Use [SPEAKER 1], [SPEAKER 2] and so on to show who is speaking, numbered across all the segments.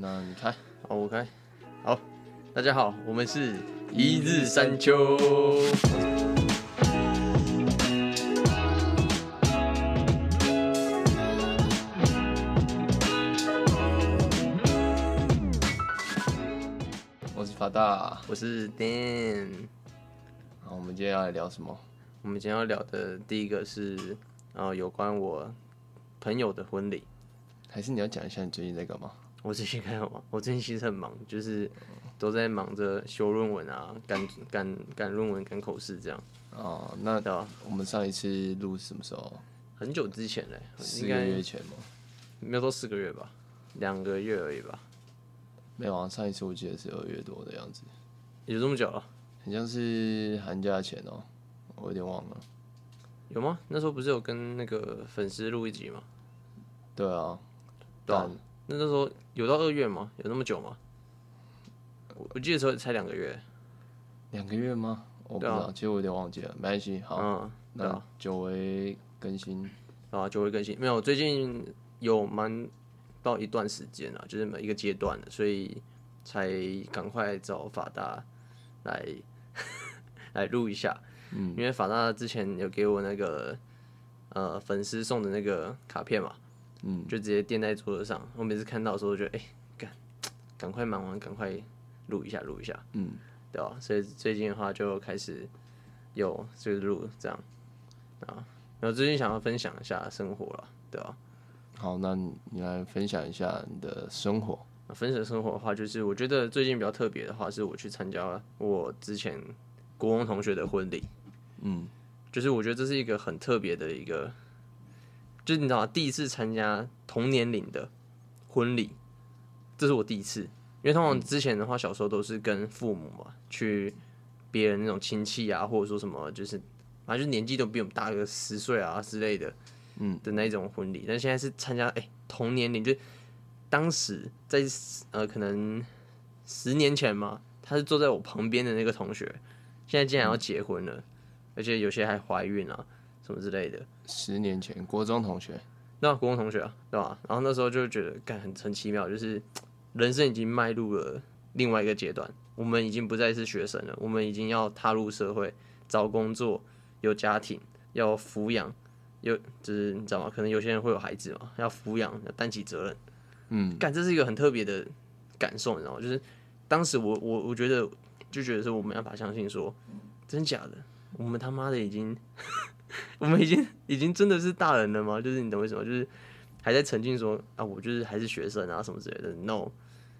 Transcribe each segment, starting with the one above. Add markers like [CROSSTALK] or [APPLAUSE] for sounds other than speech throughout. [SPEAKER 1] 那你开，
[SPEAKER 2] 好，我开。好，大家好，我们是一日三秋。
[SPEAKER 1] 我是法大。
[SPEAKER 2] 我是 Dan。
[SPEAKER 1] 好，我们今天要来聊什么？
[SPEAKER 2] 我们今天要聊的第一个是，呃，有关我朋友的婚礼。
[SPEAKER 1] 还是你要讲一下你最近在干嘛？
[SPEAKER 2] 我最近很忙，我最近其实很忙，就是都在忙着修论文啊，赶赶赶论文、赶口试这样，
[SPEAKER 1] 哦，那
[SPEAKER 2] 对啊吧？
[SPEAKER 1] 我们上一次录是什么时候？
[SPEAKER 2] 很久之前嘞，
[SPEAKER 1] 四
[SPEAKER 2] 应
[SPEAKER 1] 个月
[SPEAKER 2] 该
[SPEAKER 1] 前吗？
[SPEAKER 2] 没有到四个月吧，两个月而已吧，
[SPEAKER 1] 没有啊，上一次我记得是二月多的样子，
[SPEAKER 2] 有这么久了？
[SPEAKER 1] 很像是寒假前哦、我有点忘了。
[SPEAKER 2] 有吗？那时候不是有跟那个粉丝录一集吗？
[SPEAKER 1] 对啊，
[SPEAKER 2] 对啊
[SPEAKER 1] 但
[SPEAKER 2] 那那时候有到二月吗？有那么久吗？我我记得时候才两个月，
[SPEAKER 1] 两个月吗？我不知
[SPEAKER 2] 对啊
[SPEAKER 1] 道，其实我有点忘记了，没关系。好，
[SPEAKER 2] 嗯，对
[SPEAKER 1] 那
[SPEAKER 2] 啊，
[SPEAKER 1] 久违更新，
[SPEAKER 2] 然后就会更新。没有，最近有蛮到一段时间了，就是每一个阶段了，所以才赶快找法大来 [LAUGHS] 来录一下。嗯，因为法大之前有给我那个呃粉丝送的那个卡片嘛，
[SPEAKER 1] 嗯，
[SPEAKER 2] 就直接垫在桌子上。我每次看到的时候，我觉得哎，赶、赶快忙完，赶快录一下，录一下。
[SPEAKER 1] 嗯，
[SPEAKER 2] 对吧、所以最近的话就开始有就是录这样啊，然后最近想要分享一下生活了，对吧、
[SPEAKER 1] 好，那你你来分享一下你的生活。
[SPEAKER 2] 那分享生活的话，就是我觉得最近比较特别的话，是我去参加我之前国中同学的婚礼，
[SPEAKER 1] 嗯，
[SPEAKER 2] 就是我觉得这是一个很特别的一个，就是你知道吗？第一次参加同年龄的婚礼，这是我第一次。因为通常之前的话，小时候都是跟父母嘛去别人那种亲戚啊，或者说什么，就是反正就是年纪都比我们大个十岁啊之类的，
[SPEAKER 1] 嗯
[SPEAKER 2] 的那一种婚礼。但现在是参加哎、同年龄，就是当时在呃可能十年前嘛，他是坐在我旁边的那个同学，现在竟然要结婚了，而且有些还怀孕啊什么之类的。
[SPEAKER 1] 十年前国中同学，
[SPEAKER 2] 那国中同学啊，对吧、然后那时候就觉得，干很很奇妙，就是人生已经迈入了另外一个阶段，我们已经不再是学生了，我们已经要踏入社会，找工作，有家庭，要抚养，有就是你知道吗？可能有些人会有孩子嘛，要抚养，要担起责任。
[SPEAKER 1] 嗯，
[SPEAKER 2] 感这是一个很特别的感受，你知道吗？就是当时我我我觉得就觉得说我没办法相信说，真假的，我们他妈的已经， [LAUGHS] 我们已经已经真的是大人了吗？就是你懂我意思吗？就是还在沉浸说啊，我就是还是学生啊什么之类的。No，、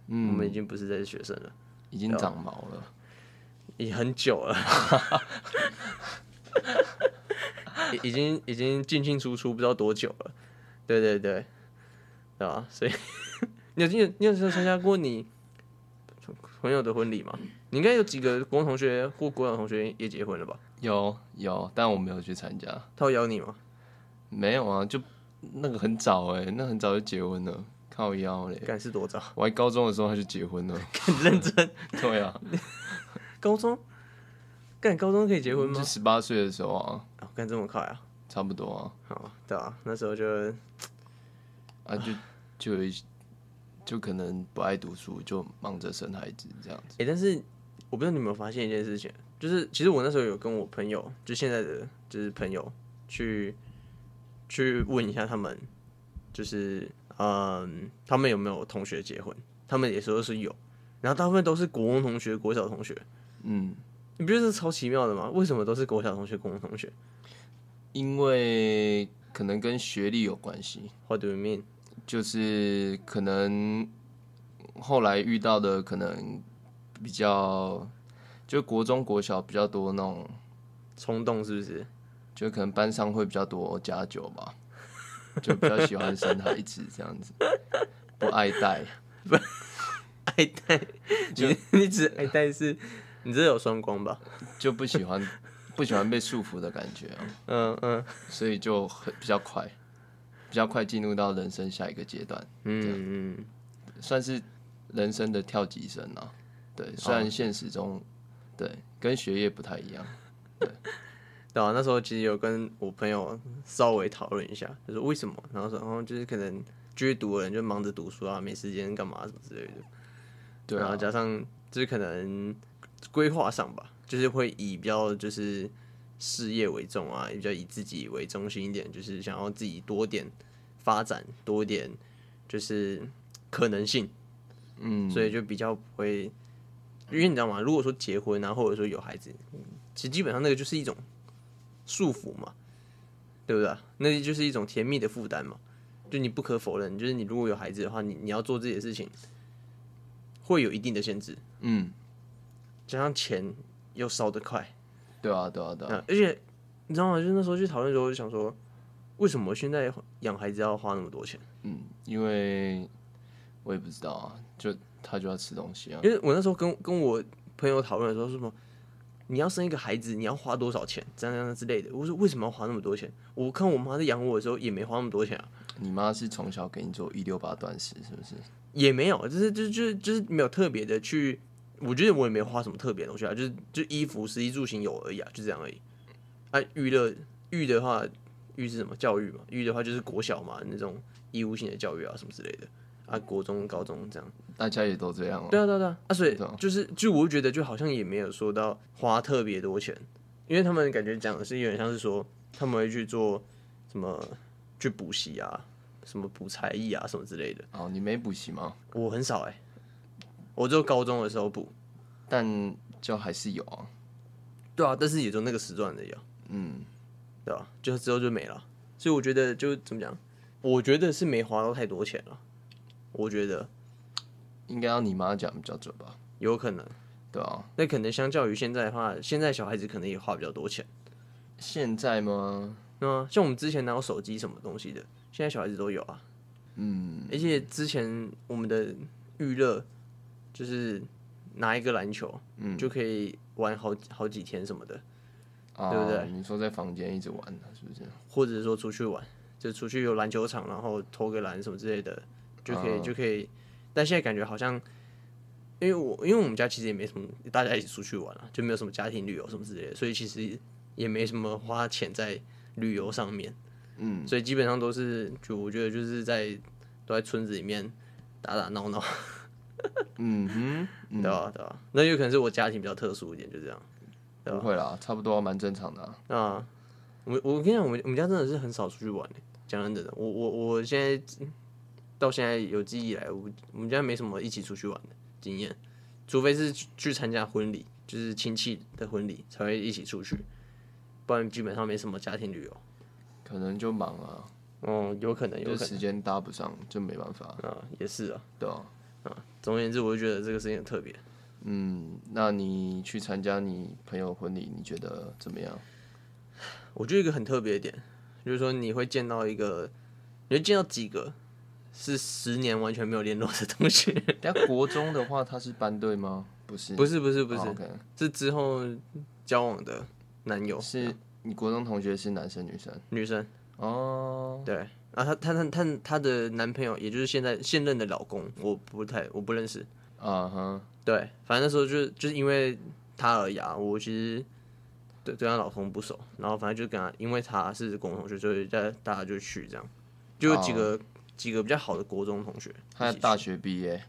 [SPEAKER 2] 我们已经不是再是学生了，
[SPEAKER 1] 嗯已
[SPEAKER 2] 啊
[SPEAKER 1] 经长毛了。
[SPEAKER 2] 已很久了，已已经已经进进出出不知道多久了。对对对，对吧？所以 [LAUGHS] 你有你有你有参加过你朋友的婚礼吗？你应该有几个国中同学或国小同学也结婚了吧？
[SPEAKER 1] 有有，但我没有去参加。
[SPEAKER 2] 他有邀你吗？
[SPEAKER 1] 没有啊，就那个很早哎、那很早就结婚了，靠腰嘞。
[SPEAKER 2] 敢是多早？
[SPEAKER 1] 我还高中的时候他就结婚了，
[SPEAKER 2] [LAUGHS] 很认真，
[SPEAKER 1] 对啊，
[SPEAKER 2] 高中，干高中可以结婚吗
[SPEAKER 1] 嗯就？十八岁的时候啊，
[SPEAKER 2] 啊，干这么快啊？
[SPEAKER 1] 差不多啊，
[SPEAKER 2] 好，对啊，那时候就
[SPEAKER 1] 啊就就有一就可能不爱读书，就忙着生孩子这样子。
[SPEAKER 2] 哎、但是我不知道你有没有发现一件事情，就是其实我那时候有跟我朋友，就现在的就是朋友去去问一下他们，就是嗯，他们有没有同学结婚？他们也说是有，然后大部分都是国中同学、国小同学，
[SPEAKER 1] 嗯，
[SPEAKER 2] 你不觉得这超奇妙的吗？为什么都是国小同学、国中同学
[SPEAKER 1] 因为可能跟学历有关系，
[SPEAKER 2] ？What do you mean？
[SPEAKER 1] 就是可能后来遇到的可能比较就国中国小比较多那种，
[SPEAKER 2] 冲动是不是？
[SPEAKER 1] 就可能班上会比较多家酒吧，就比较喜欢生孩子这样子，不爱带。
[SPEAKER 2] 爱戴，
[SPEAKER 1] 就
[SPEAKER 2] 你 [LAUGHS] 你只爱戴是，你这有双光吧？
[SPEAKER 1] 就不喜欢不喜欢被束缚的感觉啊，
[SPEAKER 2] 嗯嗯
[SPEAKER 1] 所以就很比较快，比较快进入到人生下一个阶段，
[SPEAKER 2] 嗯嗯，
[SPEAKER 1] 算是人生的跳级生啊。对，虽然现实中对跟学业不太一样，
[SPEAKER 2] 对啊，那哦时候其实有跟我朋友稍微讨论一下，就是为什么，然后说，然、后就是可能就是读的人就忙着读书啊，没时间干嘛什么之类的。
[SPEAKER 1] 对
[SPEAKER 2] 然后
[SPEAKER 1] 啊，
[SPEAKER 2] 加上就是可能规划上吧，就是会以比较就是事业为重啊，也比较以自己为中心一点，就是想要自己多点发展，多点就是可能性，
[SPEAKER 1] 嗯，
[SPEAKER 2] 所以就比较不会，因为你知道吗？如果说结婚啊，或者说有孩子，其实基本上那个就是一种束缚嘛，对不对？那就是一种甜蜜的负担嘛。就你不可否认，就是你如果有孩子的话，你你要做自己的事情，会有一定的限制。
[SPEAKER 1] 嗯，
[SPEAKER 2] 加上钱又烧得快，
[SPEAKER 1] 对啊，对啊，对啊，
[SPEAKER 2] 啊，而且你知道吗？就是那时候去讨论的时候，我就想说，为什么现在养孩子要花那么多钱？
[SPEAKER 1] 嗯，因为我也不知道啊，就他就要吃东西啊，
[SPEAKER 2] 因为我那时候跟跟我朋友讨论的时候，说什么你要生一个孩子，你要花多少钱，这样这样之类的。我说为什么要花那么多钱？我看我妈在养我的时候也没花那么多钱啊，
[SPEAKER 1] 你妈是从小给你做一六八断食，是不是？
[SPEAKER 2] 也没有，就是就是就是就是没有特别的去。我觉得我也没花什么特别的东西啊，就是就衣服、食衣住行有而已啊，就这样而已。啊，娱乐育的话，育是什么？教育嘛，育的话就是国小嘛，那种义务性的教育啊，什么之类的啊，国中、高中这样。
[SPEAKER 1] 大家也都这样哦、
[SPEAKER 2] 对啊，对啊，对啊，啊，所以
[SPEAKER 1] 对啊
[SPEAKER 2] 就是，就我觉得就好像也没有说到花特别多钱，因为他们感觉讲的是有点像是说他们会去做什么去补习啊，什么补才艺啊，什么之类的。
[SPEAKER 1] 哦，你没补习吗？
[SPEAKER 2] 我很少哎、我只有高中的时候补。
[SPEAKER 1] 但就还是有啊，
[SPEAKER 2] 对啊，但是也就那个时段而已啊，
[SPEAKER 1] 嗯，
[SPEAKER 2] 对吧、就之后就没了，所以我觉得就怎么讲，我觉得是没花到太多钱了，我觉得
[SPEAKER 1] 应该要你妈讲比较准吧？
[SPEAKER 2] 有可能。
[SPEAKER 1] 对啊，
[SPEAKER 2] 那可能相较于现在的话，现在小孩子可能也花比较多钱。
[SPEAKER 1] 现在吗？
[SPEAKER 2] 那像我们之前哪有手机什么东西的，现在小孩子都有啊。
[SPEAKER 1] 嗯，
[SPEAKER 2] 而且之前我们的娱乐就是拿一个篮球，嗯，就可以玩好好几天什么的，
[SPEAKER 1] 啊、
[SPEAKER 2] 对不对
[SPEAKER 1] 你说在房间一直玩，啊是不是？
[SPEAKER 2] 或者说出去玩，就出去有篮球场，然后投个篮什么之类的，就可以、
[SPEAKER 1] 啊
[SPEAKER 2] 就可以。但现在感觉好像，因为我因为我们家其实也没什么，大家一起出去玩啊，就没有什么家庭旅游什么之类的，所以其实也没什么花钱在旅游上面。
[SPEAKER 1] 嗯，
[SPEAKER 2] 所以基本上都是，就我觉得就是在都在村子里面打打闹闹，
[SPEAKER 1] 嗯哼，
[SPEAKER 2] 对吧、对吧、那有可能是我家庭比较特殊一点，就这样。对
[SPEAKER 1] 不会啦，差不多蛮正常的啊、
[SPEAKER 2] 啊，我我跟你讲，我们我们家真的是很少出去玩、欸。讲真的，我我我现在到现在有记忆以来，我我们家没什么一起出去玩的经验，除非是去去参加婚礼，就是亲戚的婚礼才会一起出去，不然基本上没什么家庭旅游。
[SPEAKER 1] 可能就忙啊，
[SPEAKER 2] 嗯，有可能，有
[SPEAKER 1] 就
[SPEAKER 2] 可能
[SPEAKER 1] 时间搭不上，就没办法，
[SPEAKER 2] 啊，也是啊。
[SPEAKER 1] 对啊。
[SPEAKER 2] 总而言之，我就觉得这个事情很特别。
[SPEAKER 1] 嗯，那你去参加你朋友婚礼，你觉得怎么
[SPEAKER 2] [LAUGHS]
[SPEAKER 1] 样？
[SPEAKER 2] 我觉得一个很特别的点，就是说你会见到一个，你会见到几个是十年完全没有联络的同 [LAUGHS] 学。
[SPEAKER 1] 等下国中的话，他是班队吗？不是，
[SPEAKER 2] 不是不是不是，
[SPEAKER 1] 哦，OK
[SPEAKER 2] 是之后交往的男友
[SPEAKER 1] 是你国中同学是男生女生？
[SPEAKER 2] 女生，
[SPEAKER 1] 哦，
[SPEAKER 2] 对，啊，她她她她她的男朋友，也就是现在现任的老公，我不太我不认识，
[SPEAKER 1] 啊哈，
[SPEAKER 2] 对，反正那时候就就是因为她而已啊，我其实对对她老公不熟，然后反正就跟她，因为她是国中同学，所以大大家就去这样，就有几个、几个比较哦好的国中同学，
[SPEAKER 1] 他大学毕业，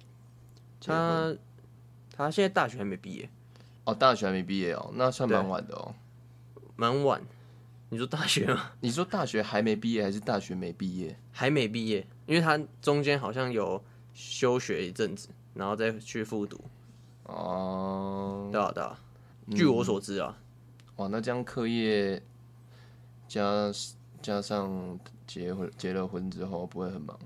[SPEAKER 1] 结婚
[SPEAKER 2] 她她现在大学还没毕业，
[SPEAKER 1] 哦，大学还没毕业哦，那算蛮晚的哦。
[SPEAKER 2] 蛮晚，你说大学吗？
[SPEAKER 1] 你说大学还没毕业还是大学没毕业？
[SPEAKER 2] 还没毕业，因为他中间好像有休学一阵子，然后再去复读。
[SPEAKER 1] 哦，
[SPEAKER 2] 对啊，对啊，据我所知啊，
[SPEAKER 1] 哇，那这样课业加加上结婚结了婚之后，不会很忙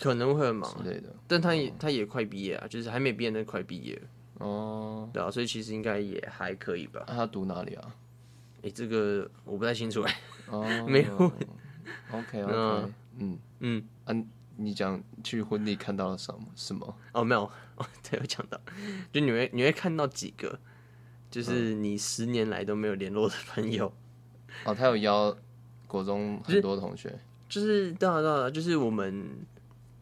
[SPEAKER 2] 可能会很忙，
[SPEAKER 1] 之类的
[SPEAKER 2] 但他也他也快毕业啊，就是还没毕业，但快毕业了，
[SPEAKER 1] 哦。
[SPEAKER 2] 对啊，所以其实应该也还可以吧。
[SPEAKER 1] 那他读哪里啊？
[SPEAKER 2] 诶，这个我不太清楚哎、
[SPEAKER 1] 哦，
[SPEAKER 2] 没有。
[SPEAKER 1] OK
[SPEAKER 2] 嗯
[SPEAKER 1] OK，嗯
[SPEAKER 2] 嗯，
[SPEAKER 1] 啊，你讲去婚礼看到了什么？什么？
[SPEAKER 2] 哦，没有，哦， [LAUGHS] 对，有讲到，就你会你会看到几个，就是你十年来都没有联络的朋友，
[SPEAKER 1] 哦，他有邀国中很多同学，
[SPEAKER 2] 就是对啊对啊，就是我们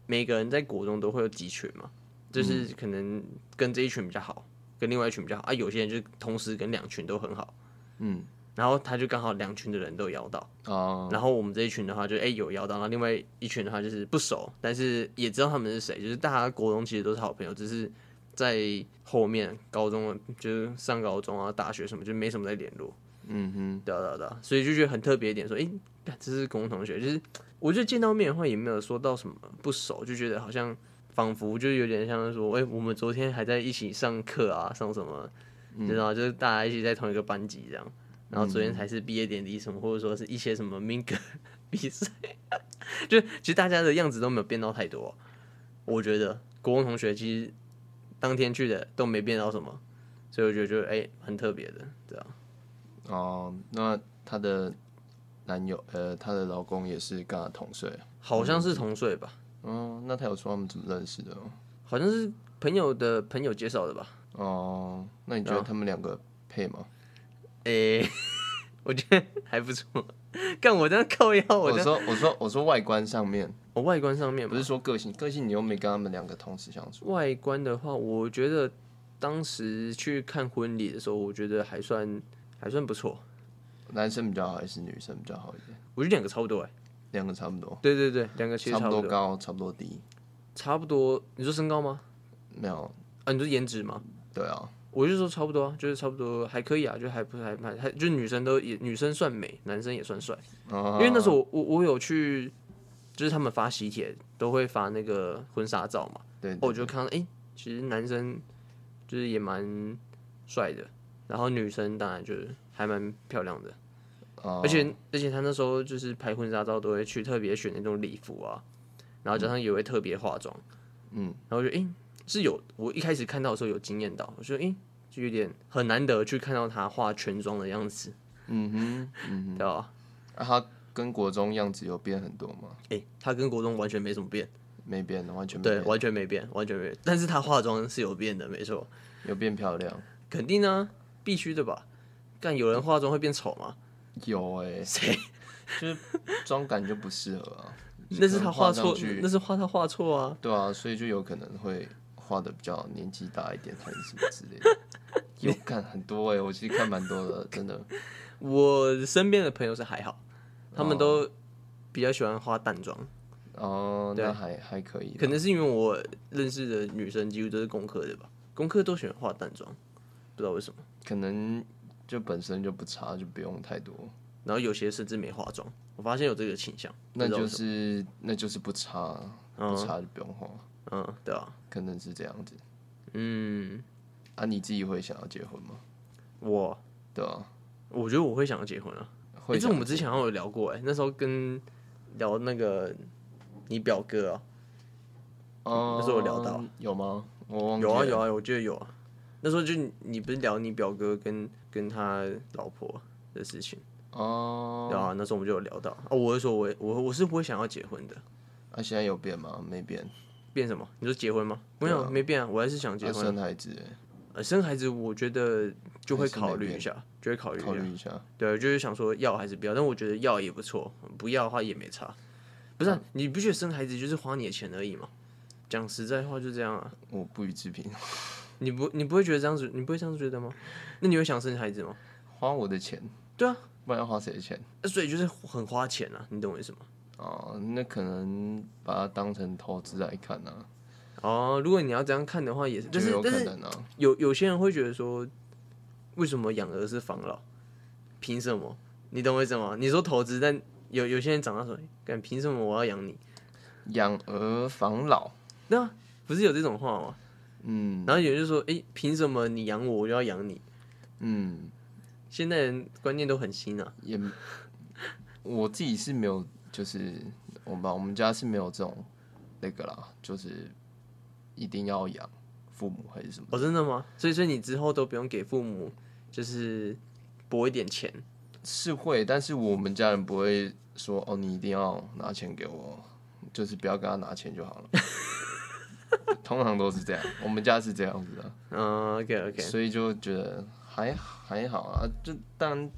[SPEAKER 2] 每个人在国中都会有几群嘛，就是可能跟这一群比较好，跟另外一群比较好啊。有些人就是同时跟两群都很好，
[SPEAKER 1] 嗯，
[SPEAKER 2] 然后他就刚好两群的人都摇到，
[SPEAKER 1] 啊，
[SPEAKER 2] 然后我们这一群的话就哎、有摇到，然后另外一群的话就是不熟，但是也知道他们是谁，就是大家国中其实都是好朋友，只是在后面高中就是上高中啊、大学什么就没什么在联络，
[SPEAKER 1] 嗯哼，
[SPEAKER 2] 对啊对啊对啊，所以就觉得很特别一点，说哎、干这是共同同学，就是我觉得见到面的话也没有说到什么不熟，就觉得好像仿佛就有点像是说，哎、我们昨天还在一起上课啊，上什么，你知道，就是大家一起在同一个班级这样，然后昨天才是毕业典礼什么，或者说是一些什么民歌 [LAUGHS] 比赛，就其实大家的样子都没有变到太多，我觉得国中同学其实当天去的都没变到什么，所以我觉得就哎、很特别的，对啊。
[SPEAKER 1] 哦，那她的男友，呃，她的老公也是跟她同岁，
[SPEAKER 2] 好像是同岁吧，
[SPEAKER 1] 嗯，那她有说他们怎么认识的吗？
[SPEAKER 2] 好像是朋友的朋友介绍的吧。
[SPEAKER 1] 哦，那你觉得他们两个配吗？
[SPEAKER 2] 诶、 [LAUGHS] 我觉得还不错。干我这样靠腰，哦我
[SPEAKER 1] 我
[SPEAKER 2] 这样
[SPEAKER 1] 说，我说，我说外观上面，
[SPEAKER 2] 我哦外观上面
[SPEAKER 1] 不
[SPEAKER 2] 不
[SPEAKER 1] 是
[SPEAKER 2] 是
[SPEAKER 1] 说个性，个性你又没跟他们两个同时相处，
[SPEAKER 2] 外观的话，我觉得当时去看婚礼的时候，我觉得还算还算不错。
[SPEAKER 1] 男生比较好还是女生比较好一点？
[SPEAKER 2] 我觉得两个差不多哎、
[SPEAKER 1] 两个差不多，
[SPEAKER 2] 对对对，两个其实
[SPEAKER 1] 差
[SPEAKER 2] 差
[SPEAKER 1] 不多
[SPEAKER 2] 不多，
[SPEAKER 1] 高，差不多低，
[SPEAKER 2] 差不多。你说身高吗？
[SPEAKER 1] 没有，
[SPEAKER 2] 啊，你说颜值吗？
[SPEAKER 1] 对啊，
[SPEAKER 2] 我就说差不多啊，就是差不多还可以啊，就还不还蛮还就是女生都也女生算美，男生也算帅。
[SPEAKER 1] 因
[SPEAKER 2] 因为那时候
[SPEAKER 1] 啊
[SPEAKER 2] 我我我有去，就是他们发喜帖都会发那个婚纱照嘛，
[SPEAKER 1] 对，
[SPEAKER 2] 我就看到哎、诶其实男生就是也蛮帅的，然后女生当然就是还蛮漂亮的，
[SPEAKER 1] 哦
[SPEAKER 2] 而且而且他那时候就是拍婚纱照都会去特别选那种礼服啊，然后加上也会特别化妆，
[SPEAKER 1] 嗯，
[SPEAKER 2] 然后我就哎、诶是有我一开始看到的时候有惊艳到，我觉得哎、诶就有点很难得去看到他化全妆的样子，
[SPEAKER 1] 嗯哼，嗯哼，
[SPEAKER 2] 对啊吧？
[SPEAKER 1] 那、他跟国中样子有变很多吗？
[SPEAKER 2] 哎、他跟国中完全没怎么变。
[SPEAKER 1] 没变，完全没
[SPEAKER 2] 对，
[SPEAKER 1] 变，
[SPEAKER 2] 完全没变，完全没变。但是她化妆是有变的，没错，
[SPEAKER 1] 有变漂亮，
[SPEAKER 2] 肯定啊，必须的吧？干有人化妆会变丑吗？
[SPEAKER 1] 有哎、
[SPEAKER 2] [LAUGHS] 谁？
[SPEAKER 1] 就是妆感就不适合啊，
[SPEAKER 2] 那是她画
[SPEAKER 1] 可能上
[SPEAKER 2] 错
[SPEAKER 1] 去，
[SPEAKER 2] 那是画她画错啊。
[SPEAKER 1] 对啊，所以就有可能会画的比较年纪大一点，还是什么之类的。有看很多哎、我其实看蛮多的，真的。
[SPEAKER 2] 我身边的朋友是还好，他们都比较喜欢化淡妆，
[SPEAKER 1] 哦，
[SPEAKER 2] 对
[SPEAKER 1] 那还还可以啦。
[SPEAKER 2] 可能是因为我认识的女生几乎都是工科的吧，工科都喜欢化淡妆，不知道为什么。
[SPEAKER 1] 可能就本身就不差，就不用太多。
[SPEAKER 2] 然后有些甚至没化妆，我发现有这个倾向。
[SPEAKER 1] 那
[SPEAKER 2] 不知道
[SPEAKER 1] 就
[SPEAKER 2] 为什么
[SPEAKER 1] 是那就是不差，不差就不用花，
[SPEAKER 2] 嗯，对啊，
[SPEAKER 1] 可能是这样子。
[SPEAKER 2] 嗯，
[SPEAKER 1] 啊，你自己会想要结婚吗？
[SPEAKER 2] 我
[SPEAKER 1] 对啊，
[SPEAKER 2] 我觉得我会想要结婚啊。
[SPEAKER 1] 会
[SPEAKER 2] 其实
[SPEAKER 1] 想
[SPEAKER 2] 我们之前好像有聊过、哎，那时候跟聊那个你表哥啊，
[SPEAKER 1] 哦，
[SPEAKER 2] 那时候有聊到
[SPEAKER 1] 有吗？我忘记
[SPEAKER 2] 有啊
[SPEAKER 1] 了
[SPEAKER 2] 有啊，我记得有啊。那时候就你你不是聊你表哥跟跟他老婆的事情，
[SPEAKER 1] 哦，
[SPEAKER 2] 对啊，那时候我们就有聊到。哦，我是说我也我我是不会想要结婚的，
[SPEAKER 1] 啊，现在有变吗？没变，
[SPEAKER 2] 变什么？你说结婚吗？没
[SPEAKER 1] 对
[SPEAKER 2] 有，
[SPEAKER 1] 啊
[SPEAKER 2] 没变啊，我还是想结
[SPEAKER 1] 啊
[SPEAKER 2] 婚。
[SPEAKER 1] 生孩子欸
[SPEAKER 2] 呃，生孩子我觉得就会
[SPEAKER 1] 还是没
[SPEAKER 2] 考虑一
[SPEAKER 1] 变
[SPEAKER 2] 下，就会考虑一
[SPEAKER 1] 考
[SPEAKER 2] 下。
[SPEAKER 1] 虑一下。
[SPEAKER 2] 对，就是想说要还是不要，但我觉得要也不错，不要的话也没差。不是啊、你不觉得生孩子就是花你的钱而已吗？讲实在话就这样啊，
[SPEAKER 1] 我不予置评， [LAUGHS]
[SPEAKER 2] 你不你不会觉得这样子，你不会这样子觉得吗？那你会想生孩子吗？
[SPEAKER 1] 花我的钱，
[SPEAKER 2] 对啊，
[SPEAKER 1] 不然要花谁的钱？
[SPEAKER 2] 呃所以就是很花钱啊，你懂我意思吗？
[SPEAKER 1] 哦，那可能把它当成投资来看啊，
[SPEAKER 2] 哦，如果你要这样看的话，也是，但
[SPEAKER 1] 就是有可
[SPEAKER 2] 但是
[SPEAKER 1] 能啊。
[SPEAKER 2] 有有些人会觉得说，为什么养儿是防老？凭什么？你懂我意思吗？你说投资，但有有些人长大说，敢凭什么我要养你？
[SPEAKER 1] 养儿防老，
[SPEAKER 2] 对啊，不是有这种话吗？
[SPEAKER 1] 嗯
[SPEAKER 2] 然后有人就说：“哎、凭什么你养我，我就要养你
[SPEAKER 1] 嗯，？”
[SPEAKER 2] 现代人观念都很新啊。
[SPEAKER 1] 也我自己是没有，就是我们我们家是没有这种那个啦，就是一定要养父母还是什么。
[SPEAKER 2] 哦，真的吗？所以，所以你之后都不用给父母，就是拨一点钱。
[SPEAKER 1] 是会，但是我们家人不会说哦，你一定要拿钱给我，就是不要跟他拿钱就好了。通常都是这样，我们家是这样子的，
[SPEAKER 2] 嗯，OK [LAUGHS] OK，
[SPEAKER 1] 所以就觉得还还好啊。就当然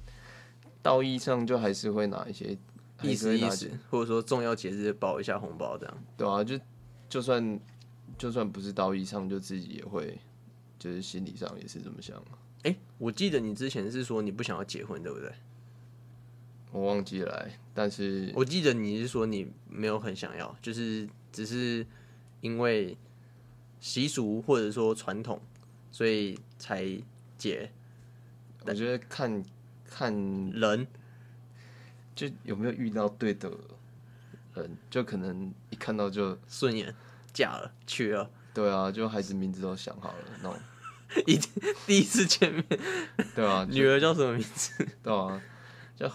[SPEAKER 1] 道义上就还是会拿一些，还
[SPEAKER 2] 意
[SPEAKER 1] 是会
[SPEAKER 2] 思意
[SPEAKER 1] 拿
[SPEAKER 2] 思，或者说重要节日包一下红包这样。
[SPEAKER 1] 对啊，就就算就算不是道义上，就自己也会，就是心理上也是这么想。
[SPEAKER 2] 哎、我记得你之前是说你不想要结婚，对不对？
[SPEAKER 1] 我忘记来，但是
[SPEAKER 2] 我记得你是说你没有很想要，就是只是因为习俗或者说传统，所以才结
[SPEAKER 1] 我觉得看看
[SPEAKER 2] 人。
[SPEAKER 1] 就有没有遇到对的人，就可能一看到就
[SPEAKER 2] 顺眼，嫁了，娶了，
[SPEAKER 1] 对啊，就孩子名字都想好了那种，
[SPEAKER 2] 已经第一次见面，
[SPEAKER 1] 对啊，就
[SPEAKER 2] 女儿叫什么名字？
[SPEAKER 1] 对啊，就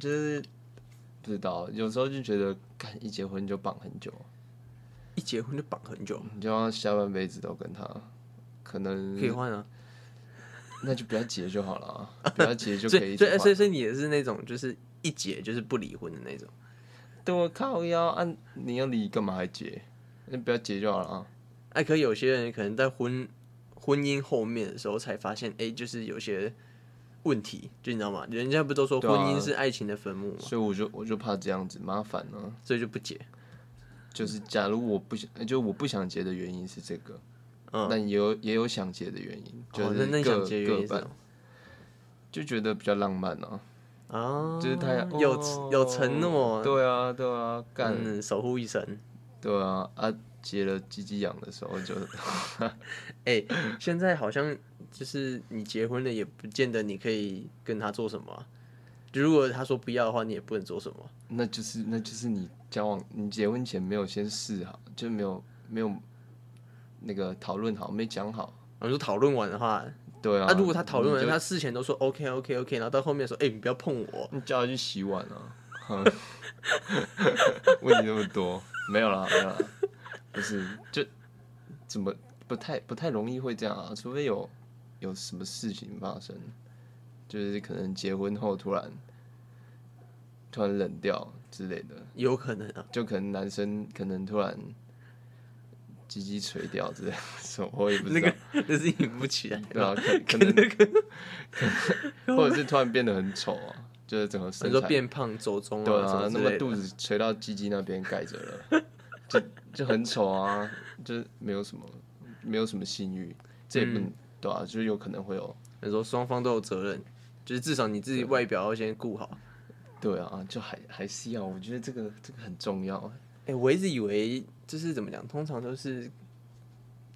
[SPEAKER 1] 就是不知道，有时候就觉得，看一结婚就绑很久，
[SPEAKER 2] [LAUGHS] 一结婚就绑很久，
[SPEAKER 1] 你就要下半辈子都跟他，可能
[SPEAKER 2] 可以换啊。
[SPEAKER 1] 那就不要结就好了啊、不要结就
[SPEAKER 2] 所
[SPEAKER 1] 可以
[SPEAKER 2] 以，
[SPEAKER 1] 一
[SPEAKER 2] 所
[SPEAKER 1] 直
[SPEAKER 2] 以，所
[SPEAKER 1] 换。
[SPEAKER 2] 以，所以你也是那种就是一结就是不离婚的那种。
[SPEAKER 1] 对我靠腰啊，你要离干嘛还结？那不要结就好了啊。
[SPEAKER 2] 哎，可有些人可能在婚婚姻后面的时候才发现，哎、就是有些问题，就你知道吗？人家不都说
[SPEAKER 1] 对
[SPEAKER 2] 婚
[SPEAKER 1] 啊
[SPEAKER 2] 姻是爱情的坟墓嘛，
[SPEAKER 1] 所以我就我就怕这样子麻烦呢、
[SPEAKER 2] 所以就不结。
[SPEAKER 1] 就是假如我不想，就我不想结的原因是这个，
[SPEAKER 2] 嗯，
[SPEAKER 1] 但也有也有想结的原因，就
[SPEAKER 2] 哦，
[SPEAKER 1] 是
[SPEAKER 2] 那那你
[SPEAKER 1] 各
[SPEAKER 2] 想结原
[SPEAKER 1] 各
[SPEAKER 2] 因是什
[SPEAKER 1] 半
[SPEAKER 2] 么
[SPEAKER 1] 就觉得比较浪漫啊，
[SPEAKER 2] 啊？
[SPEAKER 1] 就是他
[SPEAKER 2] 有
[SPEAKER 1] 哦
[SPEAKER 2] 有承诺，
[SPEAKER 1] 对啊对啊，干、
[SPEAKER 2] 嗯，守护一生。
[SPEAKER 1] 对啊啊，结了鸡鸡痒的时候就
[SPEAKER 2] 哎、现在好像就是你结婚了，也不见得你可以跟他做什么啊、就如果他说不要的话，你也不能做什么。啊
[SPEAKER 1] 那就是那就是你交往你结婚前没有先试好，就没有没有那个讨论好，没讲好，
[SPEAKER 2] 我们说讨论完的话，
[SPEAKER 1] 对啊。
[SPEAKER 2] 那、如果他讨论完，
[SPEAKER 1] 你就
[SPEAKER 2] 他事前都说 OK OK OK，然后到后面说，哎、你不要碰我，
[SPEAKER 1] 你叫他去洗碗
[SPEAKER 2] [LAUGHS]
[SPEAKER 1] 啊，哼 [LAUGHS] 问题那么多，没有啦没有啦，不是就怎么不太不太容易会这样啊，除非有有什么事情发生，就是可能结婚后突然突然冷掉之类的，
[SPEAKER 2] 有可能
[SPEAKER 1] [LAUGHS]
[SPEAKER 2] 啊，
[SPEAKER 1] 就可能男生可能突然鸡鸡垂掉之类的，什么我也不知
[SPEAKER 2] 那
[SPEAKER 1] 道
[SPEAKER 2] 个，
[SPEAKER 1] [LAUGHS]
[SPEAKER 2] 那是引不 [LAUGHS] 起来。
[SPEAKER 1] 对啊，可可能可能或者是突然变得很丑啊，就是整个
[SPEAKER 2] 你
[SPEAKER 1] 身
[SPEAKER 2] 说
[SPEAKER 1] 材
[SPEAKER 2] 变胖、走中
[SPEAKER 1] 对
[SPEAKER 2] 什
[SPEAKER 1] 啊
[SPEAKER 2] 么，之
[SPEAKER 1] 那
[SPEAKER 2] 类
[SPEAKER 1] 么
[SPEAKER 2] 的
[SPEAKER 1] 肚子垂到鸡鸡那边盖着了，
[SPEAKER 2] [LAUGHS]
[SPEAKER 1] 就就很丑啊，就是没有什么没有什么性欲，这也不
[SPEAKER 2] 嗯
[SPEAKER 1] 能、对啊，就是有可能会有
[SPEAKER 2] 你说双方都有责任，就是至少你自己外表要先顾好。
[SPEAKER 1] 对啊，就还还是要，我觉得这个这个很重要，啊
[SPEAKER 2] 哎、我一直以为就是怎么讲，通常都是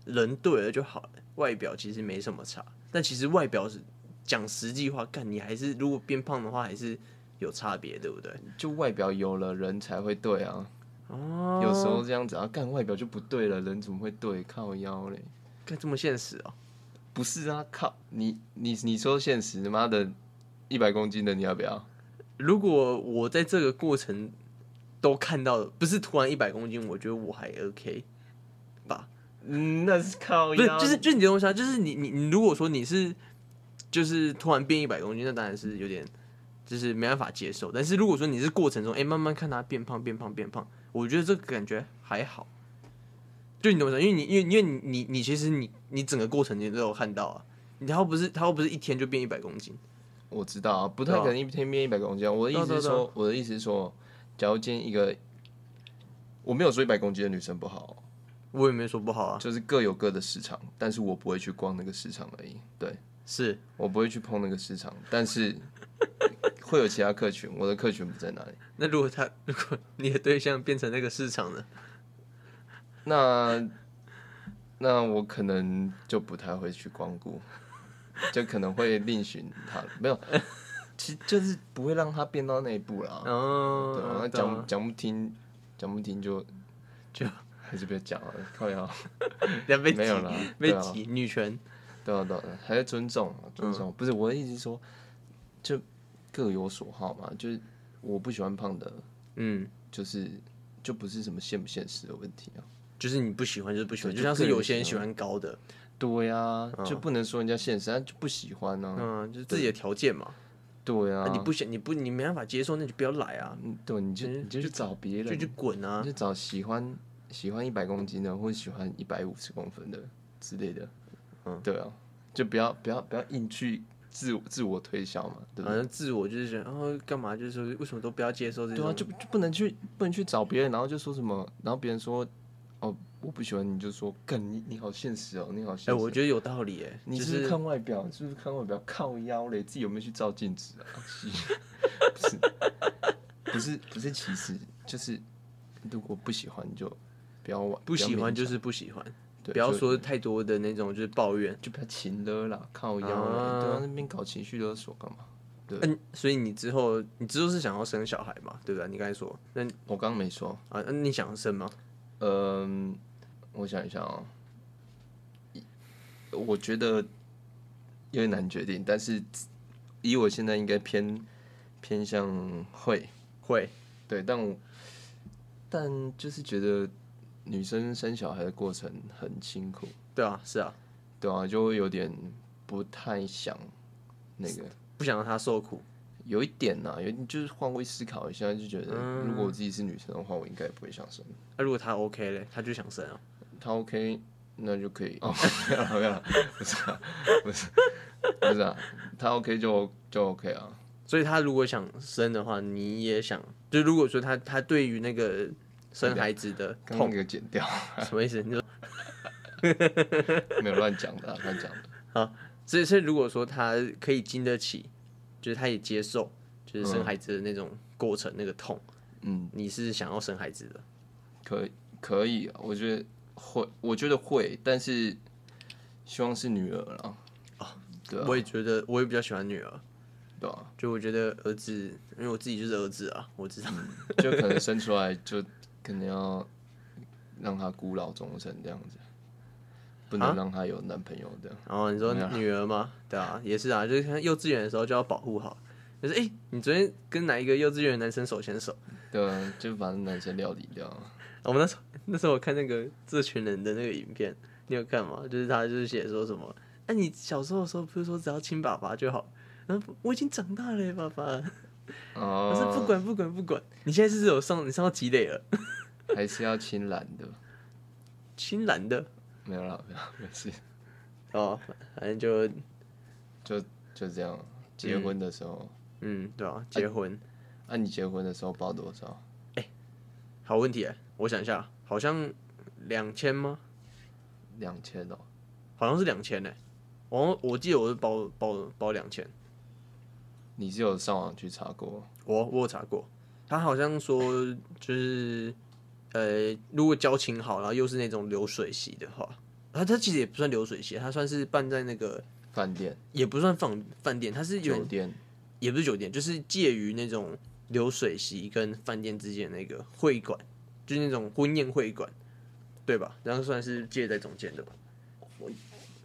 [SPEAKER 2] 人对了就好了，外表其实没什么差。但其实外表是讲实际话，干你还是如果变胖的话，还是有差别，对不对？
[SPEAKER 1] 就外表有了人才会对啊，
[SPEAKER 2] 哦
[SPEAKER 1] 有时候这样子啊，干外表就不对了，人怎么会对？靠腰嘞，
[SPEAKER 2] 干这么现实哦、
[SPEAKER 1] 不是啊，靠你你你说现实，他妈的，一百公斤的你要不要？
[SPEAKER 2] 如果我在这个过程都看到，不是突然一百公斤，我觉得我还 OK 吧？
[SPEAKER 1] 嗯，那是靠
[SPEAKER 2] 不是
[SPEAKER 1] 腰，，
[SPEAKER 2] 就是就是你东西啊，就是你你你，如果说你是就是突然变一百公斤，那当然是有点就是没办法接受。但是如果说你是过程中，哎、慢慢看他变胖、变胖、变胖，我觉得这个感觉还好。就你懂我意思吗？因为你因为因为你你你其实你你整个过程你都有看到啊，你他又不是他又不是一天就变一百公斤，
[SPEAKER 1] 我知道啊，不太可能一天变一百公斤啊。我的意思是
[SPEAKER 2] 对啊对
[SPEAKER 1] 说，我的意思是说，假如今天一个，我没有说一百公斤的女生不好，
[SPEAKER 2] 我也没说不好啊，
[SPEAKER 1] 就是各有各的市场，但是我不会去逛那个市场而已。对
[SPEAKER 2] 是
[SPEAKER 1] 我不会去碰那个市场，但是会有其他客群，我的客群不在哪里？
[SPEAKER 2] 那如果他如果你的对象变成那个市场呢？
[SPEAKER 1] 那那我可能就不太会去光顾，就可能会另寻他，没有，其实就是不会让他变到那一步啦。
[SPEAKER 2] 嗯，
[SPEAKER 1] 对啊，那
[SPEAKER 2] 对啊
[SPEAKER 1] 讲讲不听，讲不听就
[SPEAKER 2] 就
[SPEAKER 1] 还是别讲了，靠呀，
[SPEAKER 2] 人家 [LAUGHS] 被
[SPEAKER 1] 没有
[SPEAKER 2] 挤
[SPEAKER 1] 啦，
[SPEAKER 2] 被
[SPEAKER 1] 对啊
[SPEAKER 2] 挤嗯女权，
[SPEAKER 1] 对啊对啊，还是尊重啊，尊重。不是我的意思是说，就各有所好嘛，就是我不喜欢胖的，
[SPEAKER 2] 嗯。
[SPEAKER 1] 就是就不是什么现不现实的问题啊。
[SPEAKER 2] 就是你不喜欢就是不喜欢，
[SPEAKER 1] 对
[SPEAKER 2] 就
[SPEAKER 1] 就
[SPEAKER 2] 像
[SPEAKER 1] 个
[SPEAKER 2] 是
[SPEAKER 1] 人
[SPEAKER 2] 有些人
[SPEAKER 1] 喜
[SPEAKER 2] 喜欢高的，
[SPEAKER 1] 对呀、就不能说人家现实，他就不喜欢呢、啊。
[SPEAKER 2] 嗯，就是自己的条件嘛。
[SPEAKER 1] 对呀、
[SPEAKER 2] 啊，你不想，你不，你没办法接受，那就不要来啊，
[SPEAKER 1] 嗯，对，你就
[SPEAKER 2] 嗯
[SPEAKER 1] 你就去找别
[SPEAKER 2] 就
[SPEAKER 1] 人，
[SPEAKER 2] 去滚啊
[SPEAKER 1] 你。就找喜欢喜欢一百公斤的，或者喜欢一百五十公分的之类的。
[SPEAKER 2] 嗯，
[SPEAKER 1] 对啊，就不要不要不要硬去自我自我推销嘛，对不
[SPEAKER 2] 反
[SPEAKER 1] 对？
[SPEAKER 2] 正自我就是觉得，哦，干嘛？就是说，为什么都不要接受这
[SPEAKER 1] 对啊，
[SPEAKER 2] 种？哎
[SPEAKER 1] 就就不能去不能去找别人，然后就说什么，然后别人说哦我不喜欢你就说，干你你好现实哦，你好现实。
[SPEAKER 2] 哎、我觉得有道理哎、
[SPEAKER 1] 你
[SPEAKER 2] 就是
[SPEAKER 1] 不是
[SPEAKER 2] 是
[SPEAKER 1] 看外表？你是不是看外表？靠腰嘞，自己有没有去照镜子啊？ [LAUGHS] 是不是不是不是歧视，就是如果不喜欢就不要玩，
[SPEAKER 2] 不喜欢就是是不喜欢，
[SPEAKER 1] 对
[SPEAKER 2] 不要
[SPEAKER 1] 就
[SPEAKER 2] 说太多的那种就是抱怨。
[SPEAKER 1] 就不要情勒啦，靠腰
[SPEAKER 2] 啊
[SPEAKER 1] 嘞，对啊，那边搞情绪勒索干嘛？对
[SPEAKER 2] 嗯、所以你之后你之后是想要生小孩嘛？对不对？你刚才说，那你
[SPEAKER 1] 我刚刚没说，
[SPEAKER 2] 啊，那你想生吗？
[SPEAKER 1] 嗯，我想一下啊、一我觉得有点难决定，但是以我现在应该偏偏向会。
[SPEAKER 2] 会，
[SPEAKER 1] 对，但我但就是觉得女生生小孩的过程很辛苦，
[SPEAKER 2] 对啊，是啊，
[SPEAKER 1] 对啊，就会有点不太想那个，
[SPEAKER 2] 不想让他受苦。
[SPEAKER 1] 有一点呐、有就是换位思考一下，就觉得
[SPEAKER 2] 嗯
[SPEAKER 1] 如果我自己是女生的话，我应该也不会想生。
[SPEAKER 2] 那、啊如果他 OK 嘞，他就想生啊。
[SPEAKER 1] 她 OK，那就可以哦， [LAUGHS] 没有了，没有了，不是啊，不是，不是啊，她 OK 就就 OK 啊，
[SPEAKER 2] 所以他如果想生的话，你也想，就如果说他他对于那个生孩子的
[SPEAKER 1] 刚刚
[SPEAKER 2] 痛，
[SPEAKER 1] 给剪掉，
[SPEAKER 2] 什么意思？你说，
[SPEAKER 1] 没有乱讲的啊、乱讲的，
[SPEAKER 2] 所以所以如果说他可以经得起，就是他也接受，就是生孩子的那种过程、那个痛，
[SPEAKER 1] 嗯。
[SPEAKER 2] 你是想要生孩子的，
[SPEAKER 1] 可以可以啊，我觉得会，我觉得会，但是希望是女儿啦。对啊，
[SPEAKER 2] 我也觉得我也比较喜欢女儿。
[SPEAKER 1] 对啊，
[SPEAKER 2] 就我觉得儿子，因为我自己就是儿子啊，我知道。
[SPEAKER 1] 就可能生出来就可能要让她孤老终生这样子，不能让她有男朋友这样。
[SPEAKER 2] 然后你说
[SPEAKER 1] 没有啦
[SPEAKER 2] 女儿吗？对啊，也是啊，就是看幼稚园的时候就要保护好。就是哎、诶你昨天跟哪一个幼稚园的男生手牵手？
[SPEAKER 1] 对啊，就把那男生料理掉。
[SPEAKER 2] 我们那时候那时候我看那个这群人的那个影片，你有看吗？就是他就是写说什么，哎、你小时候的时候不是说只要亲爸爸就好？然后我已经长大了耶，爸爸。
[SPEAKER 1] 哦、
[SPEAKER 2] 可是不管不管不管，你现在是有上你上到几垒了？
[SPEAKER 1] 还是要亲懒的。
[SPEAKER 2] 亲蓝的
[SPEAKER 1] 没有啦，没有，没事，
[SPEAKER 2] 哦，反正就
[SPEAKER 1] 就就这样。结婚的时候，
[SPEAKER 2] 嗯，对啊，结婚。
[SPEAKER 1] 那、你结婚的时候报多少？
[SPEAKER 2] 好问题哎，我想一下，好像两千吗？
[SPEAKER 1] 两千哦，
[SPEAKER 2] 好像是两千哎，我我记得我是包包包两千，
[SPEAKER 1] 你是有上网去查过？
[SPEAKER 2] 我我有查过，他好像说就是呃，如果交情好，然后又是那种流水席的话，他他其实也不算流水席，他算是办在那个
[SPEAKER 1] 饭店、
[SPEAKER 2] 也不算饭饭店，他是有
[SPEAKER 1] 酒
[SPEAKER 2] 点
[SPEAKER 1] 店，
[SPEAKER 2] 也不是酒店，就是介于那种流水席跟饭店之间的那个会馆，就是那种婚宴会馆，对吧？然后算是介在中间的吧。